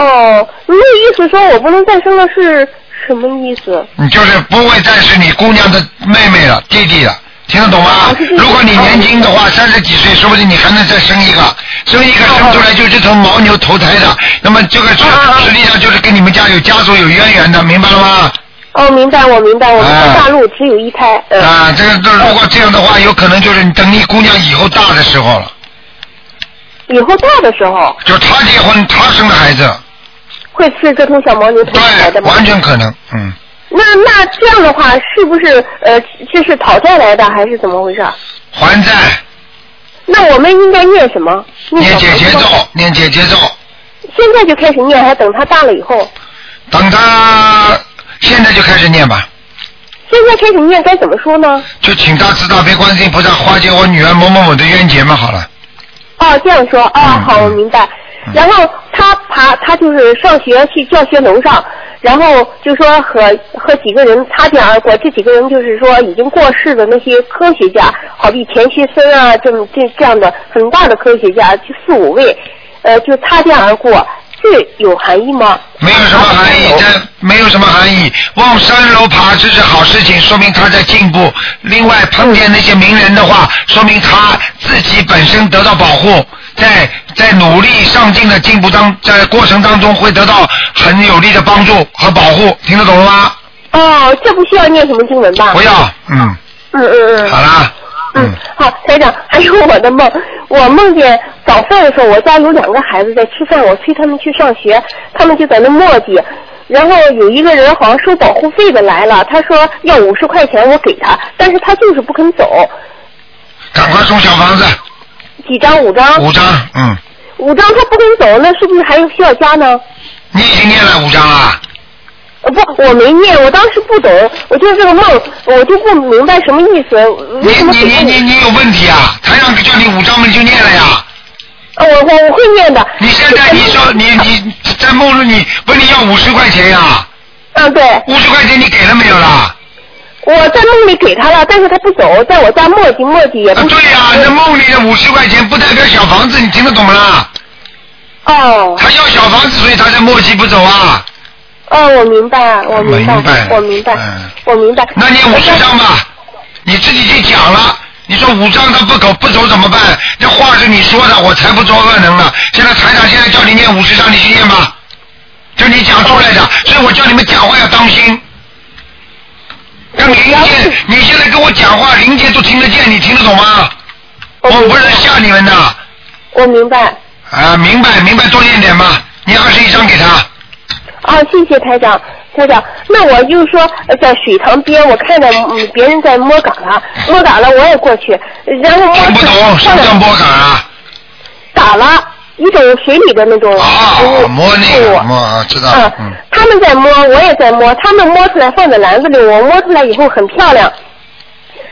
哦，您的意思说我不能再生了是什么意思？
你就是不会再是你姑娘的妹妹了、弟弟了，听得懂
啊
吗？如果你年轻的
哦
话，三十几岁，说不定你还能再生一个，生一个生出来就是从牦牛投胎的，那么这个
啊
是实际上就是跟你们家有家族有渊源的，明白了吗？
哦，明白，我明白，我们在大陆只有一胎。嗯、
啊，这个这如果这样的话，有可能就是你等你姑娘以后大的时候了，
以后大的时候
就她结婚，她生的孩子，
会是这头小牦牛投下来的吗？
完全可能，嗯。
那那这样的话，是不是呃，这是讨债来的还是怎么回事？
还债，
那我们应该念什么？
念
小
姐
房
姐
子
咒
吗，
念姐姐咒，
现在就开始念，还等他大了以后？
等她呃现在就开始念吧。
现在开始念该怎么说呢？
就请大慈大悲观世音菩萨化解我女儿某某某的冤结嘛，好了。
哦，这样说，哦，好，我明白。然后他爬，他就是上学去教学楼上，然后就说和和几个人擦肩而过，这几个人就是说已经过世的那些科学家，好比钱学森啊，这么这这样的很大的科学家，就四五位，呃，就擦肩而过，这有含义吗？
没有什么含义，这没有什么含义。往三楼爬这是好事情，说明他在进步。另外碰见那些名人的话，说明他自己本身得到保护，在在努力上进的进步当在过程当中会得到很有力的帮助和保护，听得懂了吗？
哦，这不需要念什么经文吧？
不要，嗯，
嗯嗯嗯。
好啦，嗯
好，台长，还有我的梦，我梦见早饭的时候，我家有两个孩子在吃饭，我催他们去上学，他们就在那磨叽。然后有一个人好像收保护费的来了，他说要五十块钱，我给他，但是他就是不肯走。
赶快送小房子，
几张？五张？
五张，嗯，
五张，他不肯走，那是不是还有需要加呢？
你已经念了五张了，
呃不，我没念，我当时不懂，我就是这个梦，我就不明白什么意思，为什么给
你你你有问题啊？台上叫你五张嘛，你就念了呀。
呃我我我会念的。
你现在你说你你在梦中你问你要五十块钱呀、
嗯，对。
五十块钱你给了没有啦？
我在梦里给他了，但是他不走，在我家磨叽磨叽也不。
啊对呀、
嗯
那梦里的五十块钱不代表小房子，你听得懂吗啦？
哦。
他要小房子，所以他在磨叽不走啊。
哦，我明白，我明白，
明白嗯
我明白，我明白。
那念五十张吧，你自己去讲了。你说五张他不走不走怎么办？这话是你说的，我才不做恶能呢。现在台长现在叫你念五十张，你去念吧，就你讲出来的，所以我叫你们讲话要当心。跟灵界，你现在跟我讲话，灵界都听得见，你听得懂吗？我不是吓你们的。
我明白。
啊，明白明白，多念点吧。你二十一张给他。
啊，谢谢台长，台长。那我就是说，呃在水塘边，我看到嗯别人在摸嘎啦，摸嘎啦，我也过去，然后摸
听嗯不懂什么叫摸啊嘎啦？
嘎啦，一种水里的那种
啊，
啊
摸那个摸，啊知道了。
嗯他们在摸，我也在摸，他们摸出来放在篮子里，我摸出来以后很漂亮。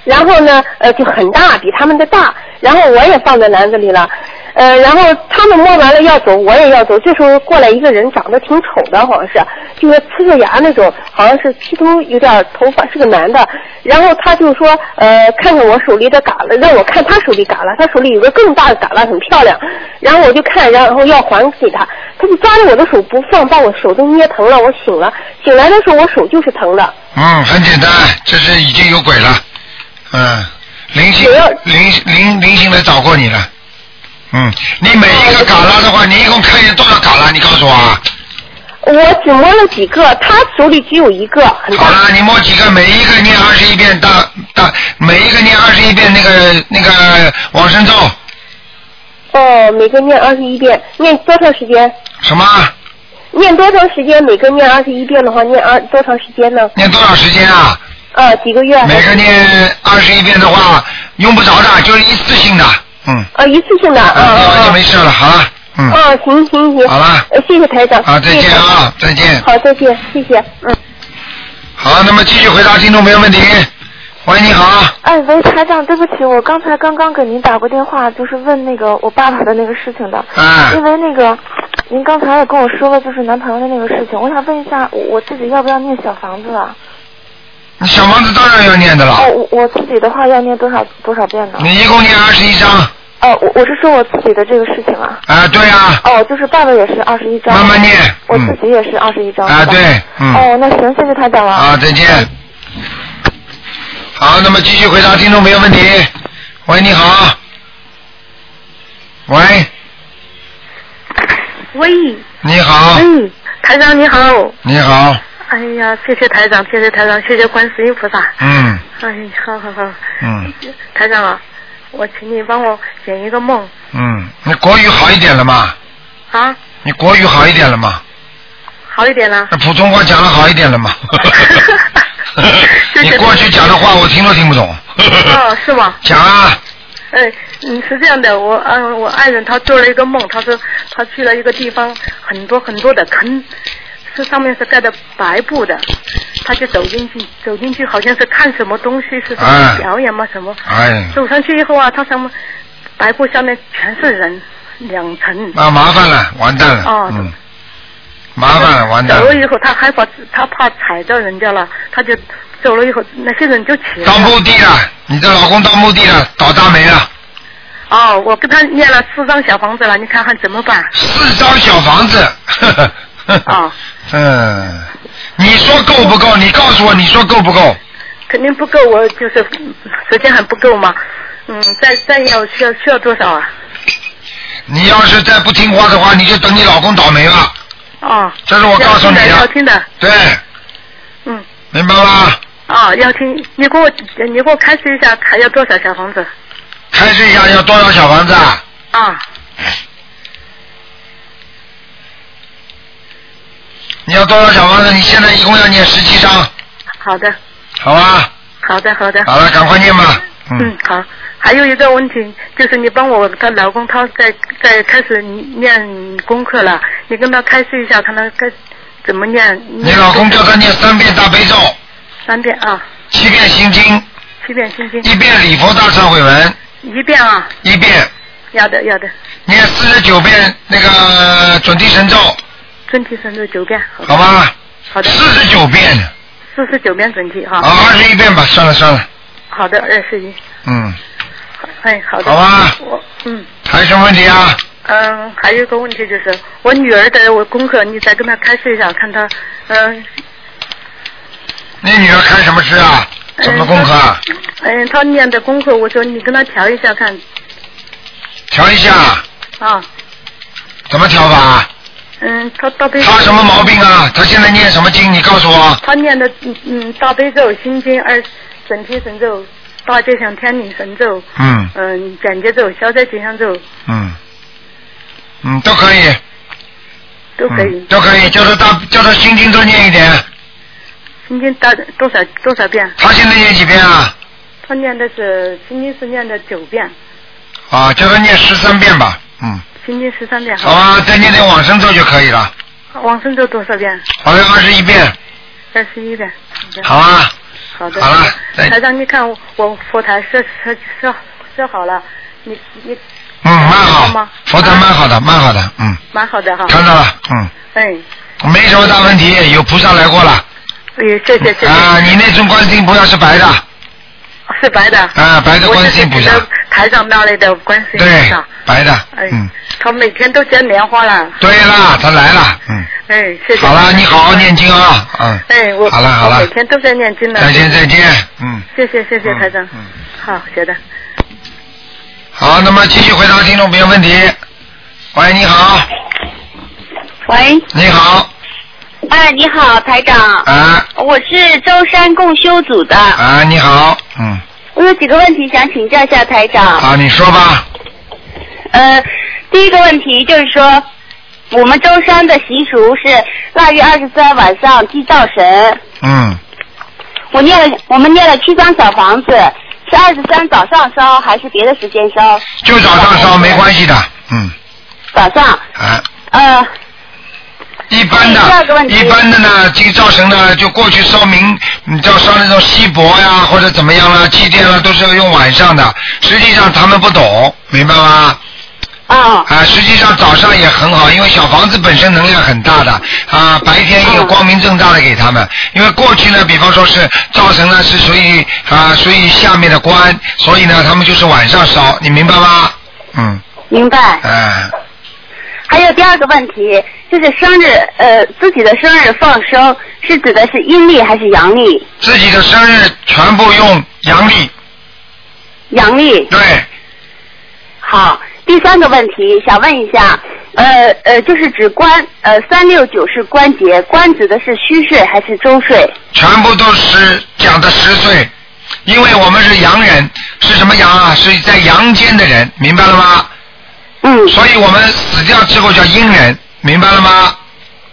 然后呢，呃，就很大，比他们的大。然后我也放在篮子里了，呃，然后他们摸完了要走，我也要走。这时候过来一个人，长得挺丑的，好像是，就是呲着牙那种，好像是披头有点头发，是个男的。然后他就说，呃，看看我手里的嘎啦，让我看他手里嘎啦，他手里有个更大的嘎啦，很漂亮。然后我就看，然后要还给他，他就抓着我的手不放，把我手都捏疼了。我醒了，醒来的时候我手就是疼的。
嗯，很简单，这是已经有鬼了，嗯，灵性灵灵灵性来找过你了，嗯，你每一个嘎啦的话，你一共看见多少嘎啦？你告诉我啊，
我只摸了几个，他手里只有一个，很大。
啊，你摸几个？每一个念二十一遍大大，每一个念二十一遍那个那个往生咒，
哦，每个念二十一遍，念多长时间？
什么？
念多长时间？每个念二十一遍的话，念二多长时间呢？
念多少时间啊？嗯
呃，几个月？
每个念二十一遍的话，用不着的，就是一次性的，嗯，
啊，一次性的啊
念完就没事了，好了，嗯，
啊，行行行，
好了
呃，谢谢台长。
好，再
谢谢
见
台长
啊，再见。
好，再见，谢谢，嗯。
好，那么继续回答听众朋友问题。喂，你好，
哎，喂，台长，对不起，我刚才刚刚给您打过电话，就是问那个我爸爸的那个事情的。
啊
因为那个您刚才也跟我说了，就是男朋友的那个事情，我想问一下，我我自己要不要念小房子啊？
小房子当然要念的了。
哦，我我自己的话要念多少多少遍呢？
你一共念二十一章。
哦，我我是说我自己的这个事情啊。
啊，对呀、
哦，就是爸爸也是二十一章。
慢慢念。嗯
我自己也是二十一章。
啊
是吧
对嗯
哦，那行，谢谢台长了。
啊，再见。好，那么继续回答听众朋友问题。喂，你好。喂，
喂，
你好，
嗯，台长你好，
你好，
哎呀，谢谢台长，谢谢台长，谢谢观世音菩萨，
嗯
哎，好好好，
嗯
台长啊，我请你帮我解一个梦
嗯，你国语好一点了吗？
啊，
你国语好一点了吗？
好一点了，
那普通话讲的好一点了
<laughs>
吗？你过去讲的话我听都听不懂。
哦，是吗？
讲啊，
哎，嗯，是这样的，我嗯，我爱人他做了一个梦，他说他去了一个地方，很多很多的坑，是上面是盖的白布的，他就走进去，走进去好像是看什么东西，是什么
哎
表演吗？什么？
哎，
走上去以后啊，他什么白布下面全是人，两层。
那麻烦了，完蛋了，
哦
嗯，麻烦了，完蛋
走
了
了。以后，他害怕，他怕踩到人家了，他就走了以后，那些人就起来了。
到墓地了，你的老公到墓地了，倒大霉了。
哦，我跟他念了四张小房子了，你看看怎么办？
四张小房子。啊。 <laughs> 嗯，你说够不够？你告诉我，你说够不够？
肯定不够，我就是嗯时间还不够嘛。嗯，再再要需要需要多少啊？
你要是再不听话的话，你就等你老公倒霉了。
哦，
这是我告诉你啊的
要听的，要听的，
对，
嗯，
明白吗？
哦，要听。你给我你给我开示一下，还要多少小房子？
开始一下要多少小房子啊？
啊，
你要多少小房子？你现在一共要念十七张，
好的，
好吧？
好的，好的。
好了，赶快念吧。
嗯，好。还有一个问题，就是你帮我她老公，他在在开始念功课了，你跟他开示一下，看他该怎么念。
你老公叫他念三遍大悲咒，
三遍啊，
七遍心经，
七遍心经。
一遍礼佛大忏悔文，
一遍啊，
一遍
要的要的，
念四十九遍那个准提神咒，
准提神咒九遍，
好吧？
好的，
四十九遍，
四十九遍准提哈。
啊，二十一遍吧，算了算了，
好的，二十一，
嗯，
哎，好的。
好吧
我嗯
还有什么问题啊？
嗯，还有一个问题就是，我女儿的我功课，你再跟她开示一下，看她嗯
你女儿看什么吃啊？
呃
什么功课啊？
嗯她念的功课，我说你跟她调一下看
调一下，
啊，
怎么调法？
嗯，她大悲。
她什么毛病啊？她现在念什么经？你告诉我。
她念的嗯嗯大悲咒、心经、二准提神咒、大吉祥天女神咒，
嗯
嗯简洁咒、消灾吉祥咒
嗯，嗯，都可以，
都可以。
嗯都可以，叫她大，叫她心经多念一点。
心经大多少多少遍？
她现在念几遍啊？
他念的是心经是念的九遍，
啊，叫她念十三遍吧，嗯，
心经十三遍。
好吧，再念点往生咒就可以了，
往生咒多少遍？
好像二十一遍，
二十一遍。的
好啊，
好的。
好了再
台长，你看我我佛台设设设设好了，你你
嗯，蛮
看到
好
吗，啊
佛台蛮好的，蛮好的，嗯，
蛮好的哈。
看到了，嗯，
哎，
没什么大问题，有菩萨来过了，
也哎谢谢谢谢。
啊，你那尊观世音菩萨是白的，
是白的。
啊白的观世音菩萨
我就是指的台长那里的观世音菩
对
萨，，
白的，
哎
嗯，
他每天都结莲花了。
对啦，他来了，嗯，
哎，谢谢。
好了，你好好念经啊，嗯，
哎，我
好了好了
我每天都在念经呢。
再见再见，嗯。
谢谢谢谢台长。好，学的。
好，那么继续回答听众朋友问题。喂，你好，
喂，
你好，
哎，你好，台长，
啊
我是舟山共修组的，
啊，你好，嗯，
我有几个问题想请教一下台长。
啊，你说吧，
呃，第一个问题就是说，我们舟山的习俗是腊月二十三晚上祭灶神，
嗯，
我念了，我们念了七张小房子，是二十三早上烧还是别的时间烧？
就早上烧没关系的，嗯，
早上，
啊，
呃，
一般
第二个
的，
问题
一般的呢，这个造成呢，就过去烧明，嗯叫烧那种锡箔呀，或者怎么样啦，祭奠啦，都是要用晚上的。实际上他们不懂，明白吗？
哦
啊。
啊，实际上早上也很好，因为小房子本身能量很大的啊，白天也有光明正大的给他们。因为过去呢，比方说是灶神呢是属于啊属于下面的官，所以呢他们就是晚上烧，你明白吗？嗯，
明白。
哎，
还有第二个问题，就是生日，呃，自己的生日放生是指的是阴历还是阳历？
自己的生日全部用阳历。
阳历。
对。
好，第三个问题想问一下，呃呃，就是指关，呃，三六九是关节，关指的是虚岁还是周岁？
全部都是讲的十岁，因为我们是洋人，是什么洋啊？是在阳间的人，明白了吗？
嗯。
所以我们死掉之后叫阴人，明白了吗？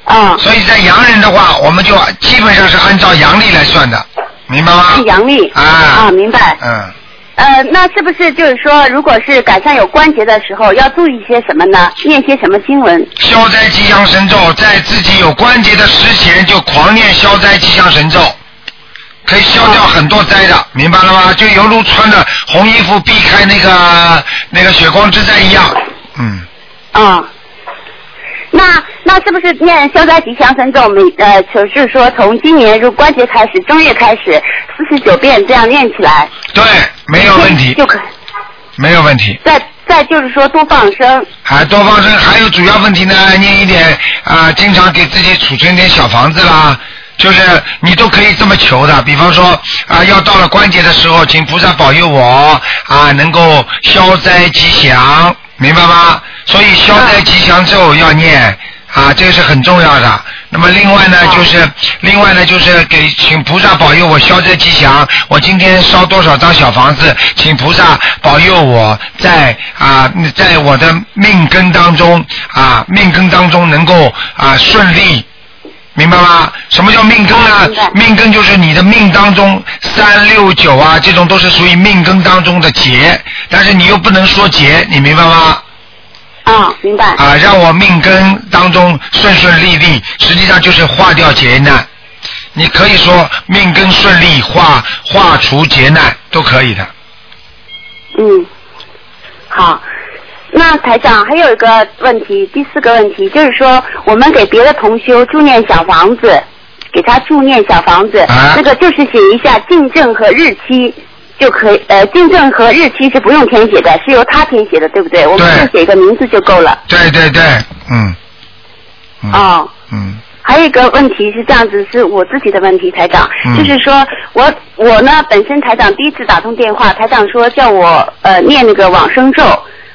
啊、
所以在洋人的话，我们就基本上是按照阳历来算的，明白吗？
是阳历。
啊。
啊，明白。
嗯，
呃，那是不是就是说，如果是赶上有关节的时候，要注意些什么呢？念些什么经文？
消灾吉祥神咒，在自己有关节的时前就狂念消灾吉祥神咒，可以消掉很多灾的，明白了吗？就犹如穿着红衣服避开那个那个血光之灾一样。嗯，
啊、那那是不是念消灾吉祥神咒每呃，就是说从今年入关节开始，正月开始四十九遍这样念起来
对，没有问题，
就可，
没有问题。
再再就是说多放生，
还多放生，还有主要问题呢，念一点啊、经常给自己储存点小房子啦。就是你都可以这么求的，比方说啊、要到了关节的时候，请菩萨保佑我啊、能够消灾吉祥，明白吗？所以消灾吉祥咒要念啊，这个是很重要的。那么另外呢，就是另外呢，就是给请菩萨保佑我消灾吉祥。我今天烧多少张小房子，请菩萨保佑我在啊，在我的命根当中啊，命根当中能够啊顺利。明白吗？什么叫命根呢？命根就是你的命当中三六九啊，这种都是属于命根当中的劫，但是你又不能说劫，你明白吗？
啊，明白。
啊，让我命根当中顺顺利利，实际上就是化掉劫难。你可以说命根顺利化化除劫难都可以的。
嗯，好。那台长还有一个问题，第四个问题就是说，我们给别的同修助念小房子，给他助念小房子，那个就是写一下进证和日期就可以，呃，进证和日期是不用填写的，是由他填写的，对不对？我们就写一个名字就够了。
对对对，嗯
哦，
嗯，
还有一个问题是这样子，是我自己的问题，台长，
嗯
就是说我我呢本身台长第一次打通电话，台长说叫我呃念那个往生咒，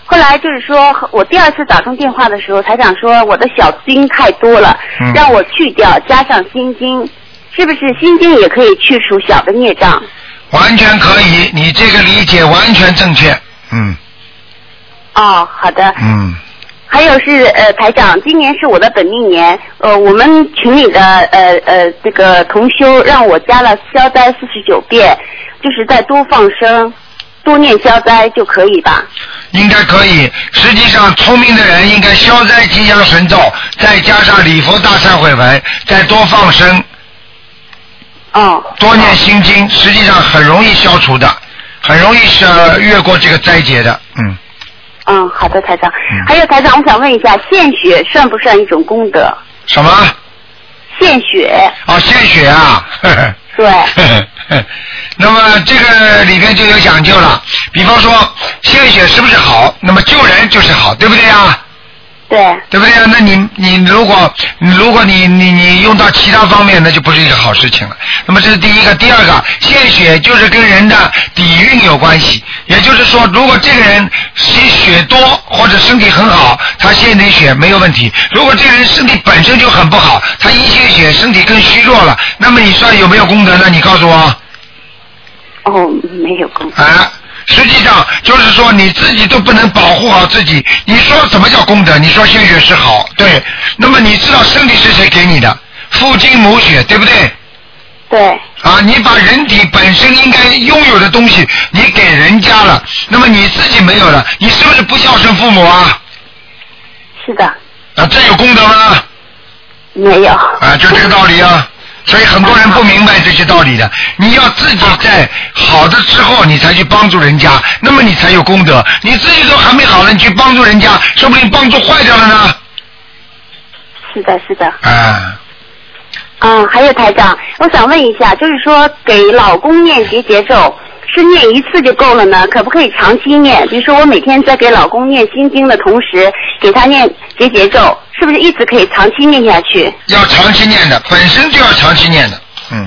后来就是说我第二次打通电话的时候，台长说我的小经太多了，
嗯
让我去掉，加上心经，是不是心经也可以去除小的孽障？
完全可以，你这个理解完全正确。嗯
哦，好的，
嗯，
还有是呃，台长，今年是我的本命年，呃，我们群里的呃呃这个同修让我加了消灾四十九遍，就是再多放生，多念消灾就可以吧？
应该可以。实际上，聪明的人应该消灾吉祥神咒，再加上礼佛大忏悔文，再多放生。
哦。
多念心经，实际上很容易消除的，很容易是呃越过这个灾劫的。嗯，
嗯，好的，台长。还有台长，我想问一下，献血算不算一种功德？
什么？
献血，
哦，献血啊。呵呵
对，
<laughs> 那么这个里边就有讲究了，比方说献血是不是好？那么救人就是好，对不对啊？
对。
对不对啊？那你你如果如果你你你用到其他方面，那就不是一个好事情了。那么这是第一个，第二个，献血就是跟人的底蕴有关系。也就是说，如果这个人吸血多或者身体很好，他献点血没有问题；如果这个人身体本身就很不好，他一献血身体更虚弱了，那么你算有没有功德呢？你告诉我。
哦，没有功
德。啊，实际上就是说你自己都不能保护好自己。你说什么叫功德？你说献血是好，对。那么你知道身体是谁给你的？父精母血，对不对？
对。
啊，你把人体本身应该拥有的东西，你给人家了，那么你自己没有了，你是不是不孝顺父母啊？
是的。
啊，这有功德吗？
没有。
啊，就这个道理啊。所以很多人不明白这些道理的。你要自己在好的之后，你才去帮助人家，那么你才有功德。你自己都还没好呢，你去帮助人家，说不定帮助坏掉了呢。
是的，是的。
啊，
嗯，还有台长，我想问一下，就是说给老公念节节咒，是念一次就够了呢？可不可以长期念？比如说我每天在给老公念心经的同时，给他念节节咒，是不是一直可以长期念下去？
要长期念的，本身就要长期念的。嗯，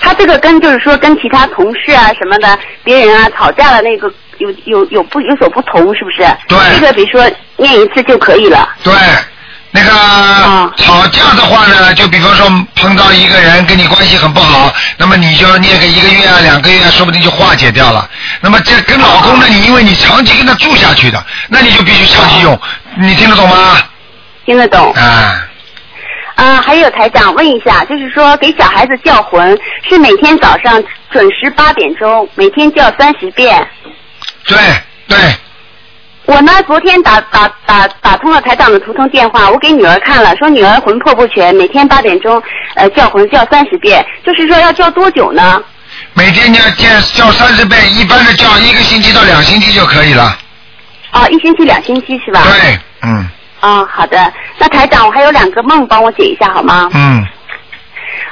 他这个跟就是说跟其他同事啊什么的，别人啊吵架的那个有有有不有所不同，是不是？对。这个比如说念一次就可以了。
对，那个吵架的话呢，就比方说碰到一个人跟你关系很不好，那么你就念个一个月啊、两个月啊，说不定就化解掉了。那么这跟老公呢，你因为你长期跟他住下去的，那你就必须长期用。你听得懂吗？
听得懂。
啊。
啊，还有台长问一下，就是说给小孩子叫魂是每天早上准时八点钟，每天叫三十遍。
对对。
我呢，昨天打打打打通了台长的图腾电话，我给女儿看了，说女儿魂魄不全，每天八点钟呃叫魂叫三十遍，就是说要叫多久呢？
每天要叫叫三十遍，一般的叫一个星期到两星期就可以了。
啊，一星期两星期是吧？
对，嗯
啊，好的。那台长，我还有两个梦，帮我解一下好吗？
嗯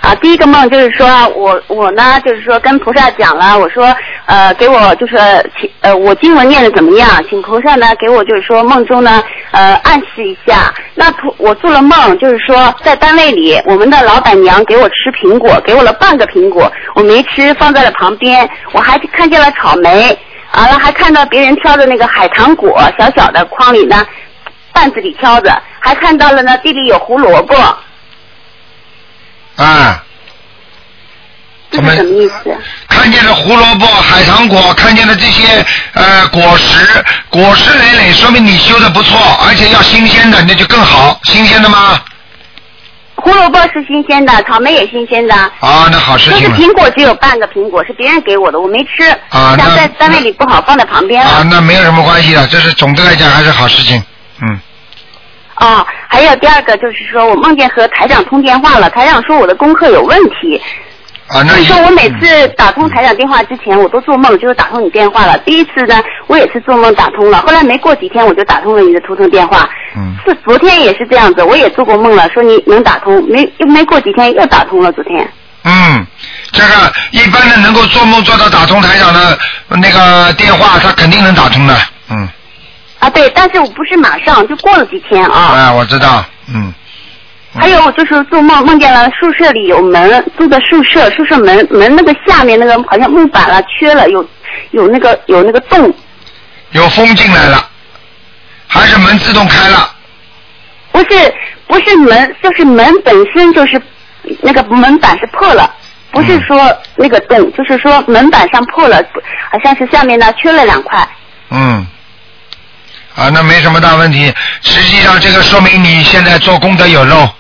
啊，第一个梦就是说我我呢，就是说跟菩萨讲了，我说呃，给我就是请呃，我经文念的怎么样？请菩萨呢给我就是说梦中呢呃暗示一下。那菩我做了梦，就是说在单位里，我们的老板娘给我吃苹果，给我了半个苹果，我没吃，放在了旁边。我还看见了草莓，完、了还看到别人挑的那个海棠果，小小的筐里呢，担子里挑着，还看到了呢地里有胡萝卜。
啊。
这是什么意思？
看见了胡萝卜、海棠果，看见了这些呃果实，果实累累，说明你修的不错，而且要新鲜的，那就更好。新鲜的吗？
胡萝卜是新鲜的，草莓也新鲜的。
啊，那好事
就是
情了。
苹果只有半个苹果，是别人给我的，我没吃。
啊
想
那
在单位里不好，放在旁边了。
啊，那没有什么关系的，这是总的来讲还是好事情。嗯，
哦，还有第二个就是说我梦见和台长通电话了，台长说我的功课有问题。
啊，
那你说我每次打通台长电话之前，我都做梦，就是打通你电话了。第一次呢，我也是做梦打通了，后来没过几天我就打通了你的图腾电话。
嗯。
是昨天也是这样子，我也做过梦了，说你能打通，没又没过几天又打通了，昨天。
嗯，这个一般的能够做梦做到打通台长的那个电话，他肯定能打通的。嗯，
啊，对，但是我不是马上，就过了几天啊。
啊，我知道。嗯，
还有我就是做梦，梦见了宿舍里有门，住的宿舍，宿舍门门那个下面那个好像木板了，缺了，有有那个有那个洞。
有风进来了，还是门自动开了。
不是不是门，就是门本身就是那个门板是破了，不是说那个洞，就是说门板上破了，好像是下面呢缺了两块。
嗯，啊，那没什么大问题。实际上，这个说明你现在做功德有漏。啊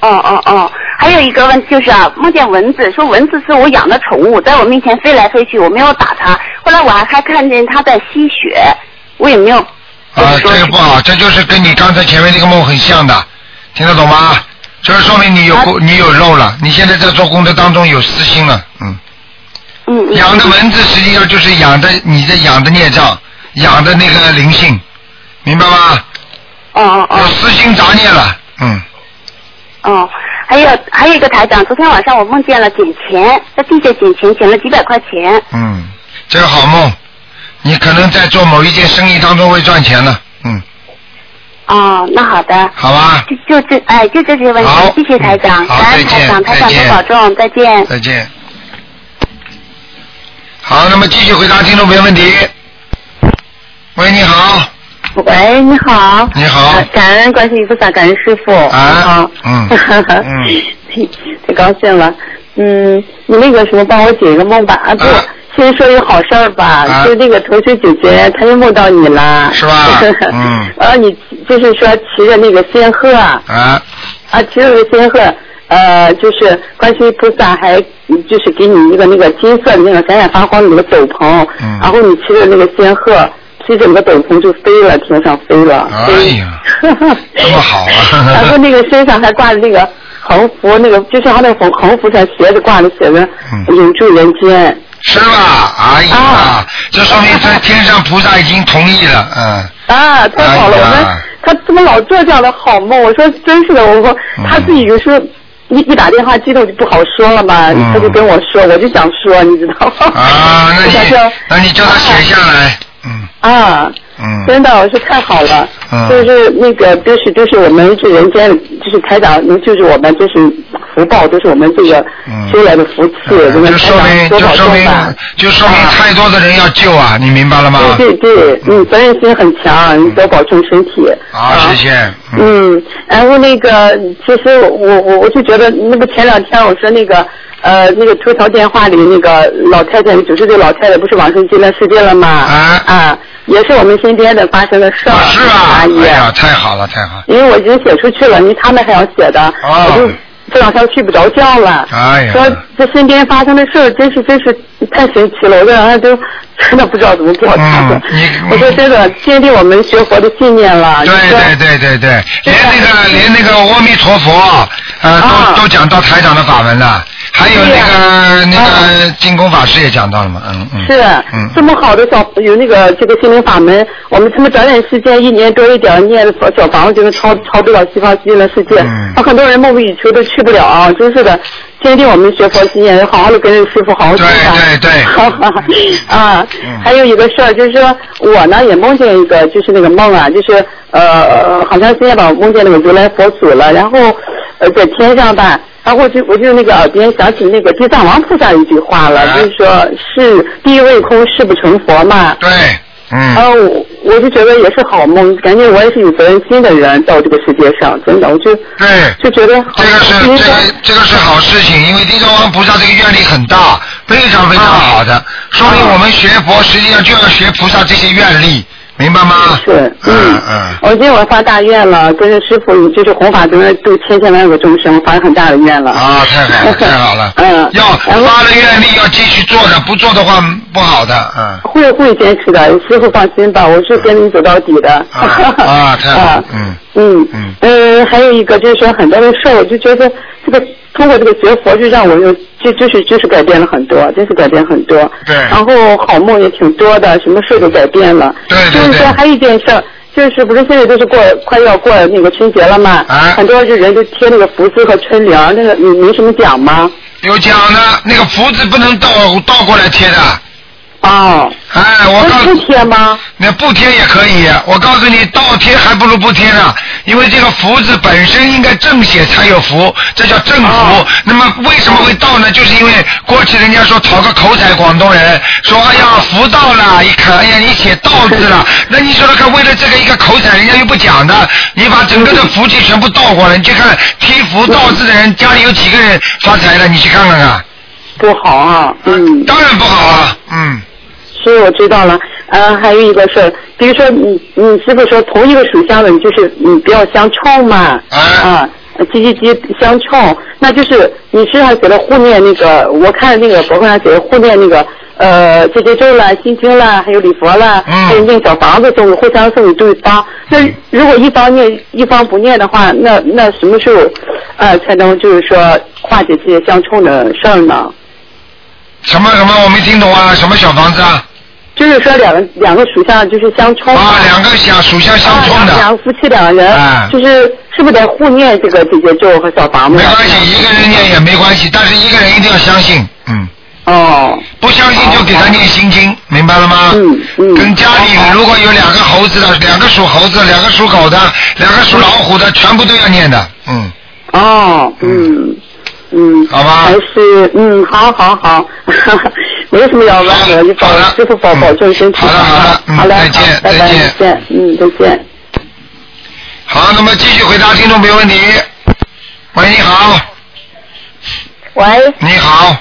哦哦哦，还有一个问题就是啊，梦见蚊子，说蚊子是我养的宠物，在我面前飞来飞去，我没有打它。后来我还还看见它在吸血，我也没有。哦
啊，这个不好，这就是跟你刚才前面那个梦很像的，听得懂吗？就是说明
啊
你有功你有漏了，你现在在做功德当中有私心了，嗯。
嗯
养的蚊子实际上就是养的你的养的孽障，养的那个灵性，明白吗？
哦哦
哦。有私心杂念了，嗯。
哦，还有还有一个台长，昨天晚上我梦见了捡钱，在地下捡钱，捡了几百块钱。
嗯，这个好梦，你可能在做某一件生意当中会赚钱了，嗯，
哦，那好的。
好吧，
就就这哎，就这些问题，谢谢台长，
好
感
再
恩
见
台长，台长
再见
您保重，再见。
再见。好，那么继续回答听众朋友问题。喂，你好，
喂，你好。
你好
呃感恩观世音菩萨，感恩师傅。
啊，
<laughs> 嗯，
嗯，
太高兴了。嗯，你那个什么，帮我解一个梦吧。啊，不，先说一个好事儿吧，
啊
就那个同学姐姐，她又梦到你了。 <laughs> 是吧？
嗯，
然后你就是说骑着那个仙鹤啊，
啊，
啊，骑着那个仙鹤，呃，就是观世音菩萨还就是
嗯
给你一个那个金色的那个闪闪发光的那个斗篷，然后你骑着那个仙鹤就整个斗篷就飞了，天上飞了。
哎呀，这么好
<laughs>
啊！
然后那个身上还挂着那个横幅，那个就是他那横横幅上写着挂着写着“永驻人间
嗯是吧？哎呀，
啊
这说明这天上菩萨已经同意了，嗯。”
啊，太好了！
哎呀
我们他怎么老做这样的好梦？我说真是的，我说
嗯
他自己有时候一一打电话激动就不好说了嘛，他就跟我说，我就想说，你知道吗？
嗯啊，
<laughs>
那你那你叫他写下来，
啊，
嗯
真的，我说太好了，
嗯
就是那个，就是就是我们这人间，就是台长，您就是我们，就是福报，就是我们这个修来的福气，我们
嗯
台
就说
长
明就
多保
说
重吧啊
明。就说明太多的人要救啊，你明白了吗？嗯
对对对，嗯，责任心很强，你多保重身体。啊
好，谢谢。
嗯，然后那个，其实我我我就觉得，那个前两天我说那个，呃，那个头条电话里那个老太太，九十岁老太太不是往生极乐世界了吗？啊也是我们身边的发生的事儿。是啊，阿姨，
哎呀，太好了，太好了！
因为我已经写出去了，因为他们还要写的，我就这两天睡不着觉了。
哎呀，
说这身边发生的事儿，真是真是太神奇了，我这两天都真的不知道怎么表达了。我说真的，坚定我们学佛的信念了。
对对对对对，连那个连那个阿弥陀佛，呃，
啊
都都讲到台长的法门了，还有那个那个净空法师也讲到了嘛，嗯嗯。
啊是，这么好的小有那个这个心灵法门，我们他们短短时间一年多一点念小小房子就能超超度到西方极乐世界，啊，很多人梦寐以求都去不了啊，真是的，坚定我们学佛信念，好好的跟着师傅好好对对对， <laughs> 啊，还有一个事儿就是说我呢也梦见一个就是那个梦啊，就是呃好像今天吧我梦见那个如来佛祖了，然后呃在天上吧。然后我就我就那个耳边想起那个地藏王菩萨一句话了，
哎
就是说是地位空，誓不成佛嘛。
对，嗯。
然后我我就觉得也是好梦，感觉我也是有责任心的人，到这个世界上，真的，我就
对，
就觉得好
这个这个嗯这个是好事情，因为地藏王菩萨这个愿力很大，非常非常好
啊
的，说明我们学佛实际上就要学菩萨这些愿力，明白吗？
是，
嗯嗯，
我今天我发大愿了，跟着师傅就是弘法度人度千千万个众生，我发很大的愿了。
啊，太
<laughs>
好了，太好了，
嗯，
要发了愿力要继续做的，不做的话不好的，嗯。
会会坚持的，师傅放心吧，我是跟你走到底的。 <laughs>
啊，太好了，嗯，
嗯，嗯，还有一个就是说很多的事儿，我就觉得这个通过这个学佛，就让我有就就是就是改变了很多，真是改变很多。
对
然后好梦也挺多的，什么事都改变了。对对就是说还有一件事儿。就是不是现在都是过快要过那个春节了嘛？啊、很多就人就贴那个福字和春联儿，那个你没什么讲吗？
有讲的，那个福字不能倒倒过来贴的。
哦。
哎，我告
不贴吗？
那不贴也可以，我告诉你，倒贴还不如不贴呢，因为这个福字本身应该正写才有福，这叫正福。
哦
那么为什么会倒呢？就是因为过去人家说讨个口彩，广东人说哎呀福到了，一看哎呀你写倒字了，那你说说看，为了这个一个口彩，人家又不讲的，你把整个的福气全部倒过来，你去看贴福倒字的人家里有几个人发财了，你去看看啊看。
不好啊，嗯，
当然不好啊，嗯，
是，我知道了。呃，还有一个事儿，比如说你你师傅说同一个属相的，你就是你不要相冲嘛，啊，鸡鸡鸡相冲，那就是你身上写的护念那个，我看那个博客上写的护念那个。呃，这些咒啦、心经啦，还有礼佛啦，还有念小房子送互相送给对方。那如果一方念，一方不念的话，那那什么时候，呃，才能就是说化解这些相冲的事儿呢？
什么什么我没听懂啊，什么小房子啊？
就是说两个两个属相就是相冲啊，
两个相属相
相冲的，啊两个夫妻两个人，
哎
就是是不是得互念这个姐姐咒和小房子？
没关系，一个人念也没关系，但是一个人一定要相信，嗯。
哦。
不相信就给他念心经，明白了吗？嗯嗯。跟家里如果有两个猴子的，两个属猴子，两个属狗的，两个属老虎的，全部都要念的，嗯。
哦，嗯嗯，
好吧，
还是嗯，好好好， <laughs> 没有什么要问的，就保师傅保保重身体。好了好了，好嘞，再见拜拜，再见，嗯，再见。
好，那么继续回答听众朋友问题。喂，你好，
喂。
你好。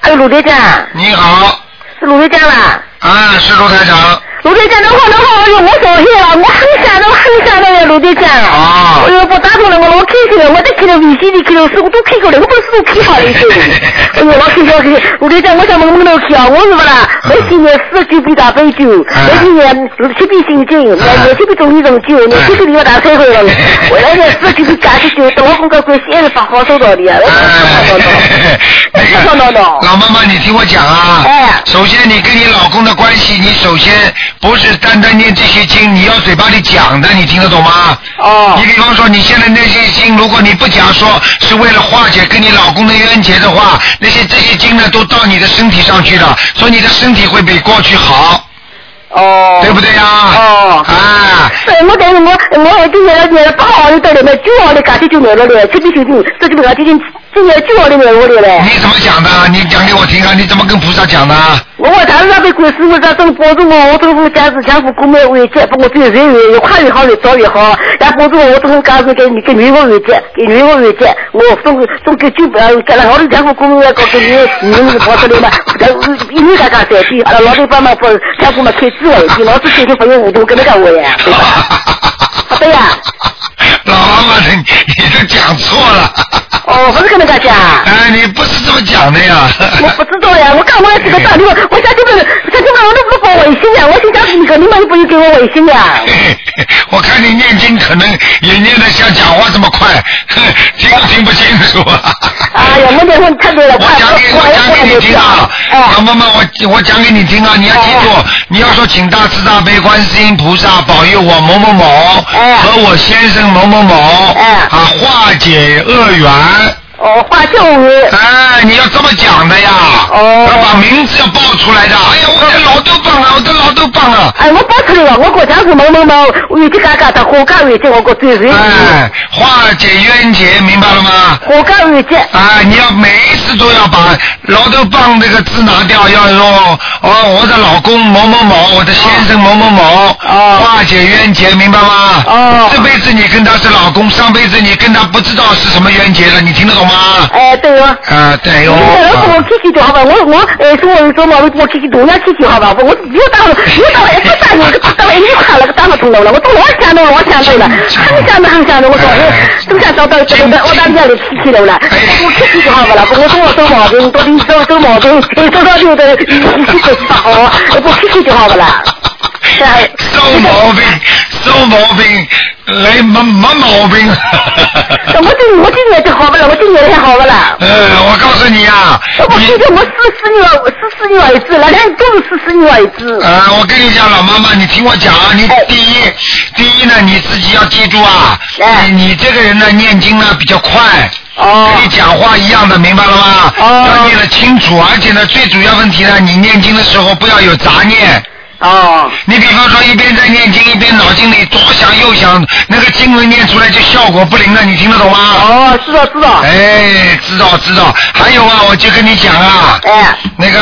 哎，鲁队长。
你好。
是鲁队长啦。
啊，是卢台长。
卢队站的话的话，我有我手艺啊，我很想的很想的卢队站。啊。哎呦，不打动了，我老开心了，我在看到微信里看到是我都看过了，我不是都看好了已经。哎呦，老开心开心，卢队站，我想问问老去啊，我是不啦？我今年四十九比大杯酒，我今年六七比新酒，我年七比中一中酒，年七比我大三回了，我那个四十九比加起酒，等我工作关系也是发好收到啊哎的， <laughs>
那个老妈妈，你听我讲啊。
哎
首先，你跟你老公的关系，你首先不是单单念这些经，你要嘴巴里讲的，你听得懂吗？哦。你比方说，你现在那些经，如果你不讲说是为了化解跟你老公的冤结的话，那些这些经呢，都到你的身体上去了，所以你的身体会比过去好。哦。对不对呀？哦。啊。
哎，我等我我今年年不好的到了嘛，九号的赶紧就来了嘞，七比九九，这就赶紧今年九号的来我的嘞。
你怎么讲的？你讲给我听啊！你怎么跟菩萨讲的？
我我他那个鬼师傅在正帮助我，我都是家是全部购买为结，把我变人越越快越好越早越好。然后帮助我，我都是干是给给女娃为结，给女娃为结，我总总给九百干了好多全部购买搞给你，你们跑出来嘛，一年干干三天，俺老头帮忙不全部嘛开支了，你老子天天不用我都跟那个我呀，对吧？对呀。
<laughs> 老妈妈，你 <laughs> 你都讲错了。
哦，不是跟那个讲。
哎，你不是这么讲的呀。
<laughs> 我不知道呀，我刚我这个
<laughs>
大礼物，我想这个，想这个我都不发微信呀，我心想你个你们不用给我微
<laughs>
信呀。
我看你念经可能也念得像讲话这么快， <laughs> 哼听都听不清楚。
哎呀，我这问太对了，
我讲给我讲
哎
给你 <laughs> 听啊，老妈妈，我我讲给你听啊，你要记
哎
住，你要说请大慈大悲观世音菩萨保佑我某某某
哎
和我先生某某某啊化解恶缘。
哦，化解恶缘。
哎，你要这么讲的呀。哦。要把名字要报出来的。哎呀，我的老豆棒了，我的老豆棒了。
哎，我报出来了，我国家是某某某，有这嘎嘎的，活干为这我国最人。
哎，化解冤结，明白了吗？
活干为这。
哎，你要每一次都要把老豆棒这个字拿掉，要用哦，我的老公某某某，我的先生某某
哦
某，化解冤结，明白吗？哦。这辈子你跟他是老公，上辈子你跟他不知道是什么冤结了，你听得懂吗？
哎，对哦。
啊，对哦。
我我脾气好吧，我我哎，说我说嘛，我脾气同样脾气好吧，我又打了又打了一哎个打了，打了一块了，打了痛了，我都老想到老想到了，很想到很想到，我说哎，都想找到这个我打人家的脾气了了，哎我脾气好不啦，我说我走毛病，到底走走毛病，走到就的脾气不好，我脾气就好不啦。
收毛病，收毛病，哎，没没毛病。
我今我今年就好不了，我今年还好不了。
呃，我告诉你啊，
我今年我四十女儿，我四十女儿子，那两都是四十女儿哎子。
啊、我跟你讲，老妈妈，你听我讲啊，你第一，第一呢，你自己要记住啊，
哎
你你这个人呢，念经呢比较快。
哦
跟你讲话一样的，明白了吗？要念得清楚，而且呢，最主要问题呢，你念经的时候不要有杂念。
哦，
你比方说一边在念经，一边脑筋里左想右想，那个经文念出来就效果不灵了，你听得懂吗？
哦，知道知道。
哎，知道知道。还有啊，我就跟你讲啊，
哎，
那个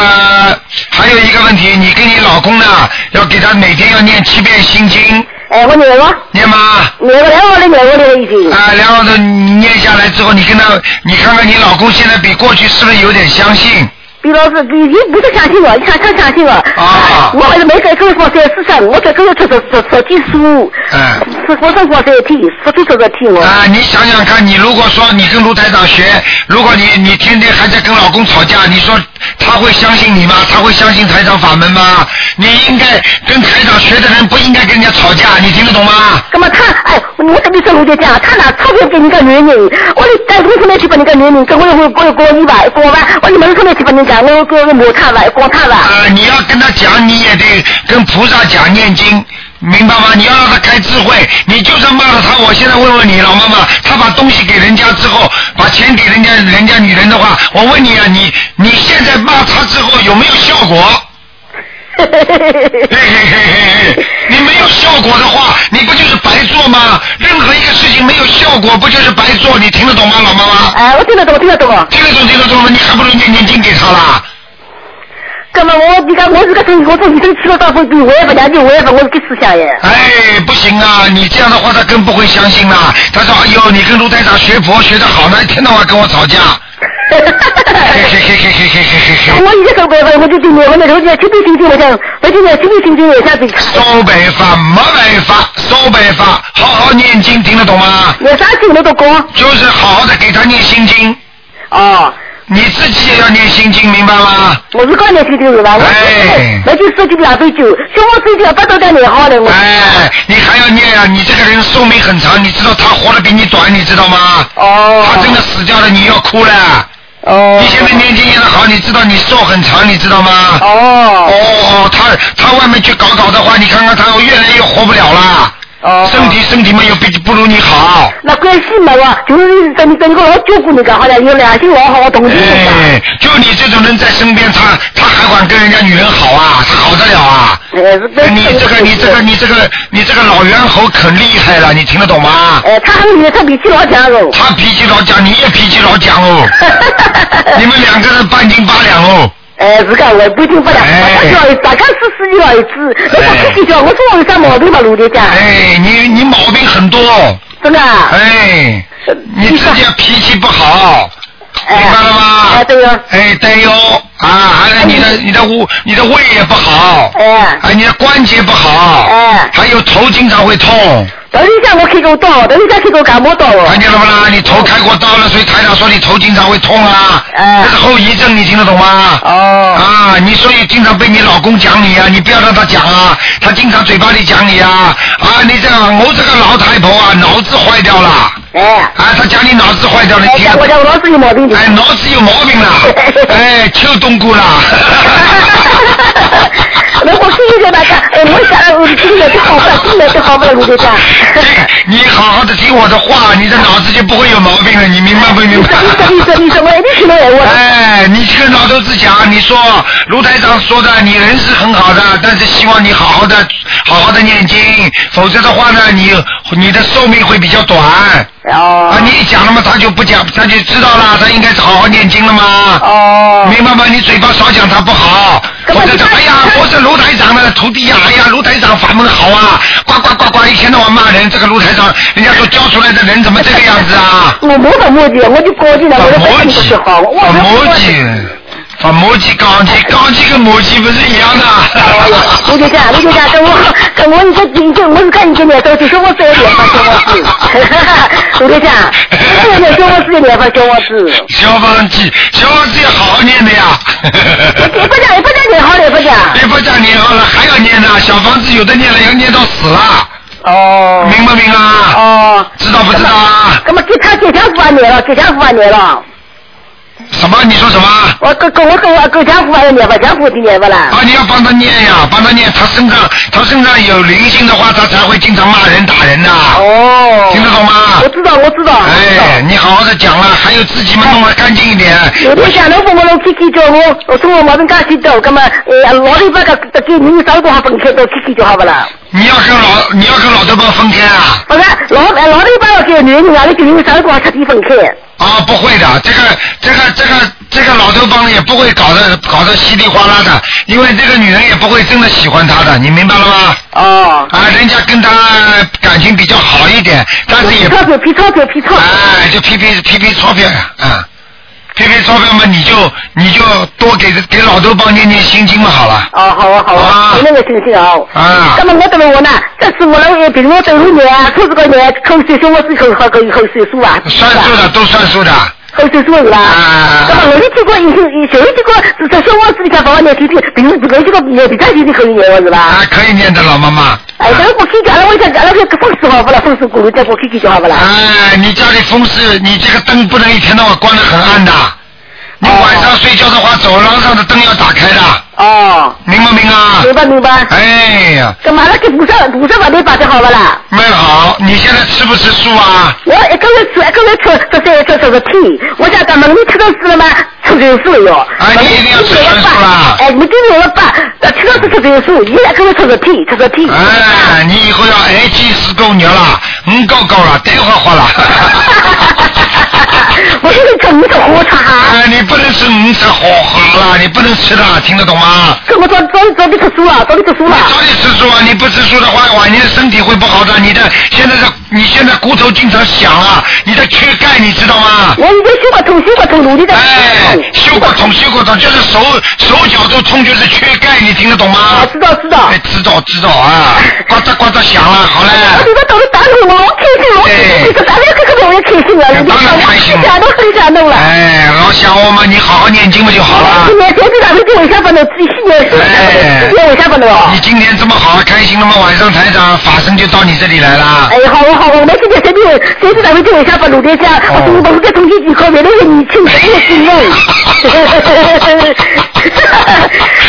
还有一个问题，你跟你老公呢，要给他每天要念七遍心经。
哎，我念了。
念吗？
念了，两号的念了，念了已经。
啊，然后呢，你念下来之后，你跟他，你看看你老公现在比过去是不是有点相信？
毕老师，你你不是相信我，你看看相信我。啊。我还是没在跟说在世上，我在跟说说说说技术，
嗯。
是我生活在听，说就说在听我。
啊，你想想看，你如果说你跟卢台长学，如果你你天天还在跟老公吵架，你说他会相信你吗？他会相信台长法门吗？你应该跟台长学的人不应该跟人家吵架，你听得懂吗？
那么他，哎，我跟你说，我就讲，他拿钞票给你个女人，我的在农村里去把你个女人，跟我我我过一百过万，我你们村里去把你讲，我我我没看完，光看完。
啊，你要跟他讲，你也得跟菩萨讲念经。明白吗？你要让他开智慧，你就算骂了他，我现在问问你，老妈妈，他把东西给人家之后，把钱给人家人家女人的话，我问你啊，你你现在骂他之后有没有效果？
嘿嘿嘿
嘿嘿，你没有效果的话，你不就是白做吗？任何一个事情没有效果，不就是白做？你听得懂吗，老妈妈？
哎，我听得懂，听得懂。
听得懂，听得懂了，你还不如念念经给他啦。
哥们，我你看我这个东西，我从你这吃了大风酒，我也不讲究，我也不我给思想耶。
哎，不行啊！你这样的话，他更不会相信啦。他说：“哎呦，你跟卢台长学佛学得好呢，一天到晚跟我吵架。”嘿嘿嘿嘿嘿嘿嘿嘿。
<laughs> 我一个手怪我我就对你，我们人家绝对听听我讲，而且呢，绝对听听我下子。
东北话、没办法，东北话，啊好好念经，听得懂吗？
我啥经我都懂。
就是好好的给他念心经。
哦。
你自己也要念心经，明白吗？
我是刚念心经是啊吧？我
哎
我就说这个两杯酒，像我最近不都在念好了我。
哎，你还要念啊！你这个人寿命很长，你知道他活得比你短，你知道吗？
哦。
他真的死掉了，你要哭了。
哦。
你现在念经念得好，你知道你寿很长，你知道吗？
哦。
哦，他他外面去搞搞的话，你看看他越来越活不了了。
哦。
身体身体嘛又比不如你好。
那关系嘛哇，就是等你等我老照顾你干好了，有良心老好，我懂你。
哎，就你这种人
<laughs>
在身边，他他还管跟人家女人好啊？他好得了啊？你这个你这个你这个你这个老猿猴可厉害了，你听得懂吗？
哎，他很他脾气老犟哦。
他脾气老犟，你也脾气老犟哦。你们两个人半斤八两哦。哎
哎，是个我不听不了，大家要大家是是要一致，我不计较，我说我有啥毛病嘛，卢队长。
哎，你你毛病很多。
<laughs> 真的。啊
哎，你自己脾气不好，明白了吗？哎，
啊对哟。
哎，对哟，啊，还有你的你的胃你的胃也不好，
哎，
哎，你的关节不好，
哎，
还有头经常会痛。
等一下我开过刀，等一下开过感冒刀哦。
看见了不啦？你头开过刀了，所以台长说你头经常会痛啊，这是后遗症，你听得懂吗？
哎哦。
啊，你所以经常被你老公讲你啊，你不要让他讲啊，他经常嘴巴里讲你啊，啊，你这个我这个老太婆啊，脑子坏掉了。
哎。
啊，他讲你脑子坏掉了，你听。
我我脑子有毛病。
哎，脑子有毛病
<laughs>
了，哎，秋冬菇啦。
那我听一下大家， <laughs> 哎，我想我听了就好不了，听了就好不了，卢队长。
你好好的听我的话，你的脑子就不会有毛病了，你明白不明白？
你说你说你说，我一定听到我。
哎，你去跟老头子讲，你说卢台长说的，你人是很好的，但是希望你好好的好好的念经，否则的话呢，你你的寿命会比较短。
哦。
啊，你一讲了嘛，他就不讲，他就知道了，他应该是好好念经了嘛。
哦。
明白吗？你嘴巴少讲他不好，否则的哎呀，我是卢台长的徒弟呀、哎呀，卢台长法门好啊，呱呱呱呱，一天到晚骂人，这个卢台长，人家说教出来的人怎么这个样子啊？
我没法墨迹，我就高兴了，我就本身不是好，我
法
我
摩羯，法摩羯钢琴，钢琴跟摩羯不是一样的？
卢队长，卢队长，等我等我，你这你这我是看你这脸色，就说我这个脸吧，小我子，卢队长，这个脸说我这个脸啊吧，小我子。
消防器，消防器好好念的呀。
你不讲，你不讲，你好，你不讲。
你不讲念好了，还要念呢。小房子有的念了，要念到死了。
哦。
明不明啊？
哦。
知道不知道啊？
那么给他给他五万年了，给他五万年了。
什么？你说什么？
我跟跟我跟我跟江湖还有年吧，江湖的年吧啦。
啊，你要帮他念呀，帮他念。他身上他身上有灵性的话，他才会经常骂人打人呐、
哦。
听得懂吗？我
知道，我知道。
哎，你好好的讲了，还有自己嘛弄得干净一点。
有天想老婆我能去去叫我，我说我毛病干去叫，那么呃老里把个给你们找多少分开都去去就好不啦？
你要跟老你要跟老头包分开啊？
不是老老里把要给女人，哪里给你们找多少彻底分开？
啊，不会的，这个这个这个这个老头帮也不会搞得搞得稀里哗啦的，因为这个女人也不会真的喜欢他的，你明白了吗？
哦。
啊，人家跟他感情比较好一点，但是也
皮钞票，皮钞票，皮钞。
哎，就批批批批钞票呀，啊，批批钞票嘛，你就你就多给给老头帮念念心经嘛，好了。
哦，好啊，好啊，那个信息啊。
啊。
那么我等我呢？这是我那比如我等五年，扣这个年，扣税说我是扣好扣扣税数啊。
算数的都算数的。
扣税数啦。啊。那么我一结果以后，有一结果，这说我自己看把我年提提，比如我这个年比较就是可以年我是吧？
啊，可以念的老妈啊妈。
哎，等我去讲了，我讲讲了，这风死好不啦？风死咕噜，再我去去就好不啦？
哎，你家里风是，你这个灯不能一天到晚关的很暗的。你晚上睡觉的话，走廊上的灯要打开的。
哦。
啊明不明啊？
明白明白。
哎呀，
干嘛了？给菩萨菩萨把你把就好不啦？
妹好，你现在吃不吃素啊？
我一个月吃，一个月吃，这这这这个屁！我想咱们你吃到死了吗？吃全素了哟。啊，你一定要吃全素啦！哎，你给我爸，呃吃到是吃全素，你一个月吃个屁，吃个屁！
哎，你以后要挨鸡死狗牛了，嗯，狗狗了，呆花花了。我
<laughs> 现在吃五色火茶。
哎，你不能吃五色火花了，你不能吃的，听得懂吗？
我早早早点吃素了，早点吃素了。
早点吃素啊！你不吃素的话，晚年身体会不好的。你的现在的你现在骨头经常响啊，你的缺钙，你知道吗？
我已经修过头，修过头，努力的。
哎，修过头，修过头，就是手手脚都痛，就是缺钙，你听得懂吗？我
啊知道，知道。
哎，知道知道
<laughs>
啊！呱嗒呱嗒响了，好嘞。
我这个到了打工，我老开心，老开心，可咱们可可容易开心了，你当然开心了，都很感动了。
哎，老想我嘛，你好好念
<laughs>
经不就好了？
今年别给咱们给我一下不能，自己去年
哎，
我下不能。
你今天这么好好开心，那么晚上台长法身就到你这里来了。
哎，好，好，我们今天谁给谁给咱们给我一下把鲁队长，我中午我们在同学几块，原来是你请的，我心累。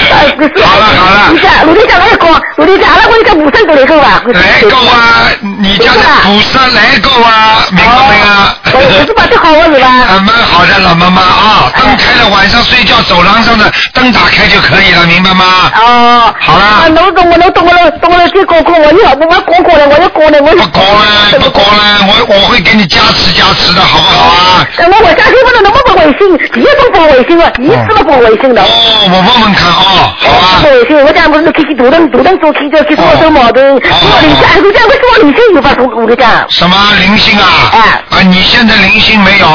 Dạ, 好
了好了，
你看鲁队长来讲，鲁队长来我一个武生都来够吧？
来够啊，你家的菩萨来够啊，明
Ờ.
白没啊？
哎我是把这好我是吧？哎
啊，蛮好的老妈妈啊，灯开了，晚上睡觉走廊上的灯打开就可以了，明白吗？
哦，
好啦
啊，能懂我能懂我能懂我能这功课，我要不我功课了，我要功了，我不
功了，不功了，我我会给你加持加持的，好不好啊？
我我家庭不能那么不违心，一都不违心啊，一次都不违心的。
哦，我问问看啊，好
啊。不违心，我家不是开始独等独等做开着去做做矛盾，做理想，我家我做理想有把我我的家。
什么灵性啊？
哎。
啊，你现在灵性没有？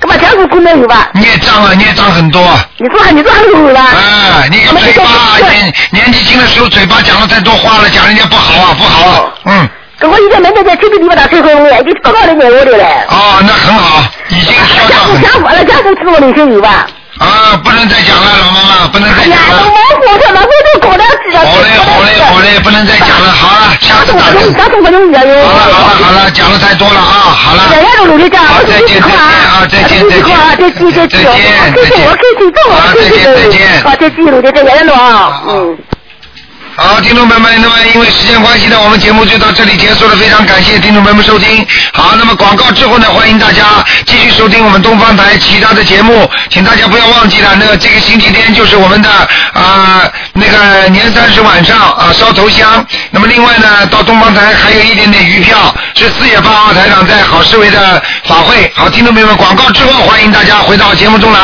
干嘛家属功能有吧？
孽障啊，孽障很多。
你说你说还有吧？
哎，你个嘴巴年年纪轻的时候嘴巴讲的太多话了，讲人家不好啊，不好啊。
哦
嗯。
跟我一个没在在这个地方打退婚，我已经高高的年我的了。
哦，那很好，已经消
家属家属了，家属吃我理想有吧？
啊，不能再讲了，老妈妈，不能再讲
哎呀
了。，
我我这老公都搞得死了。
好嘞，好嘞，好嘞，不能再讲了，好了，下次打
我
通。
家属我用人哟。
好了，好了，好了，讲的太多了啊，好了。
人家都努力干，我
再
自己
见，再
快
见
啊！
啊，再见，再见，
啊，再见，再见，我开心，我开心，这我开心，再见，好，再见，鲁队长，原来了啊，嗯。
好，听众朋友们，那么因为时间关系呢，我们节目就到这里结束了，非常感谢听众朋友们收听。好，那么广告之后呢，欢迎大家继续收听我们东方台其他的节目，请大家不要忘记了，那个这个星期天就是我们的啊、那个年三十晚上啊、烧头香，那么另外呢到东方台还有一点点余票，是四月八号台长在好市委的法会。好，听众朋友们，广告之后欢迎大家回到节目中来。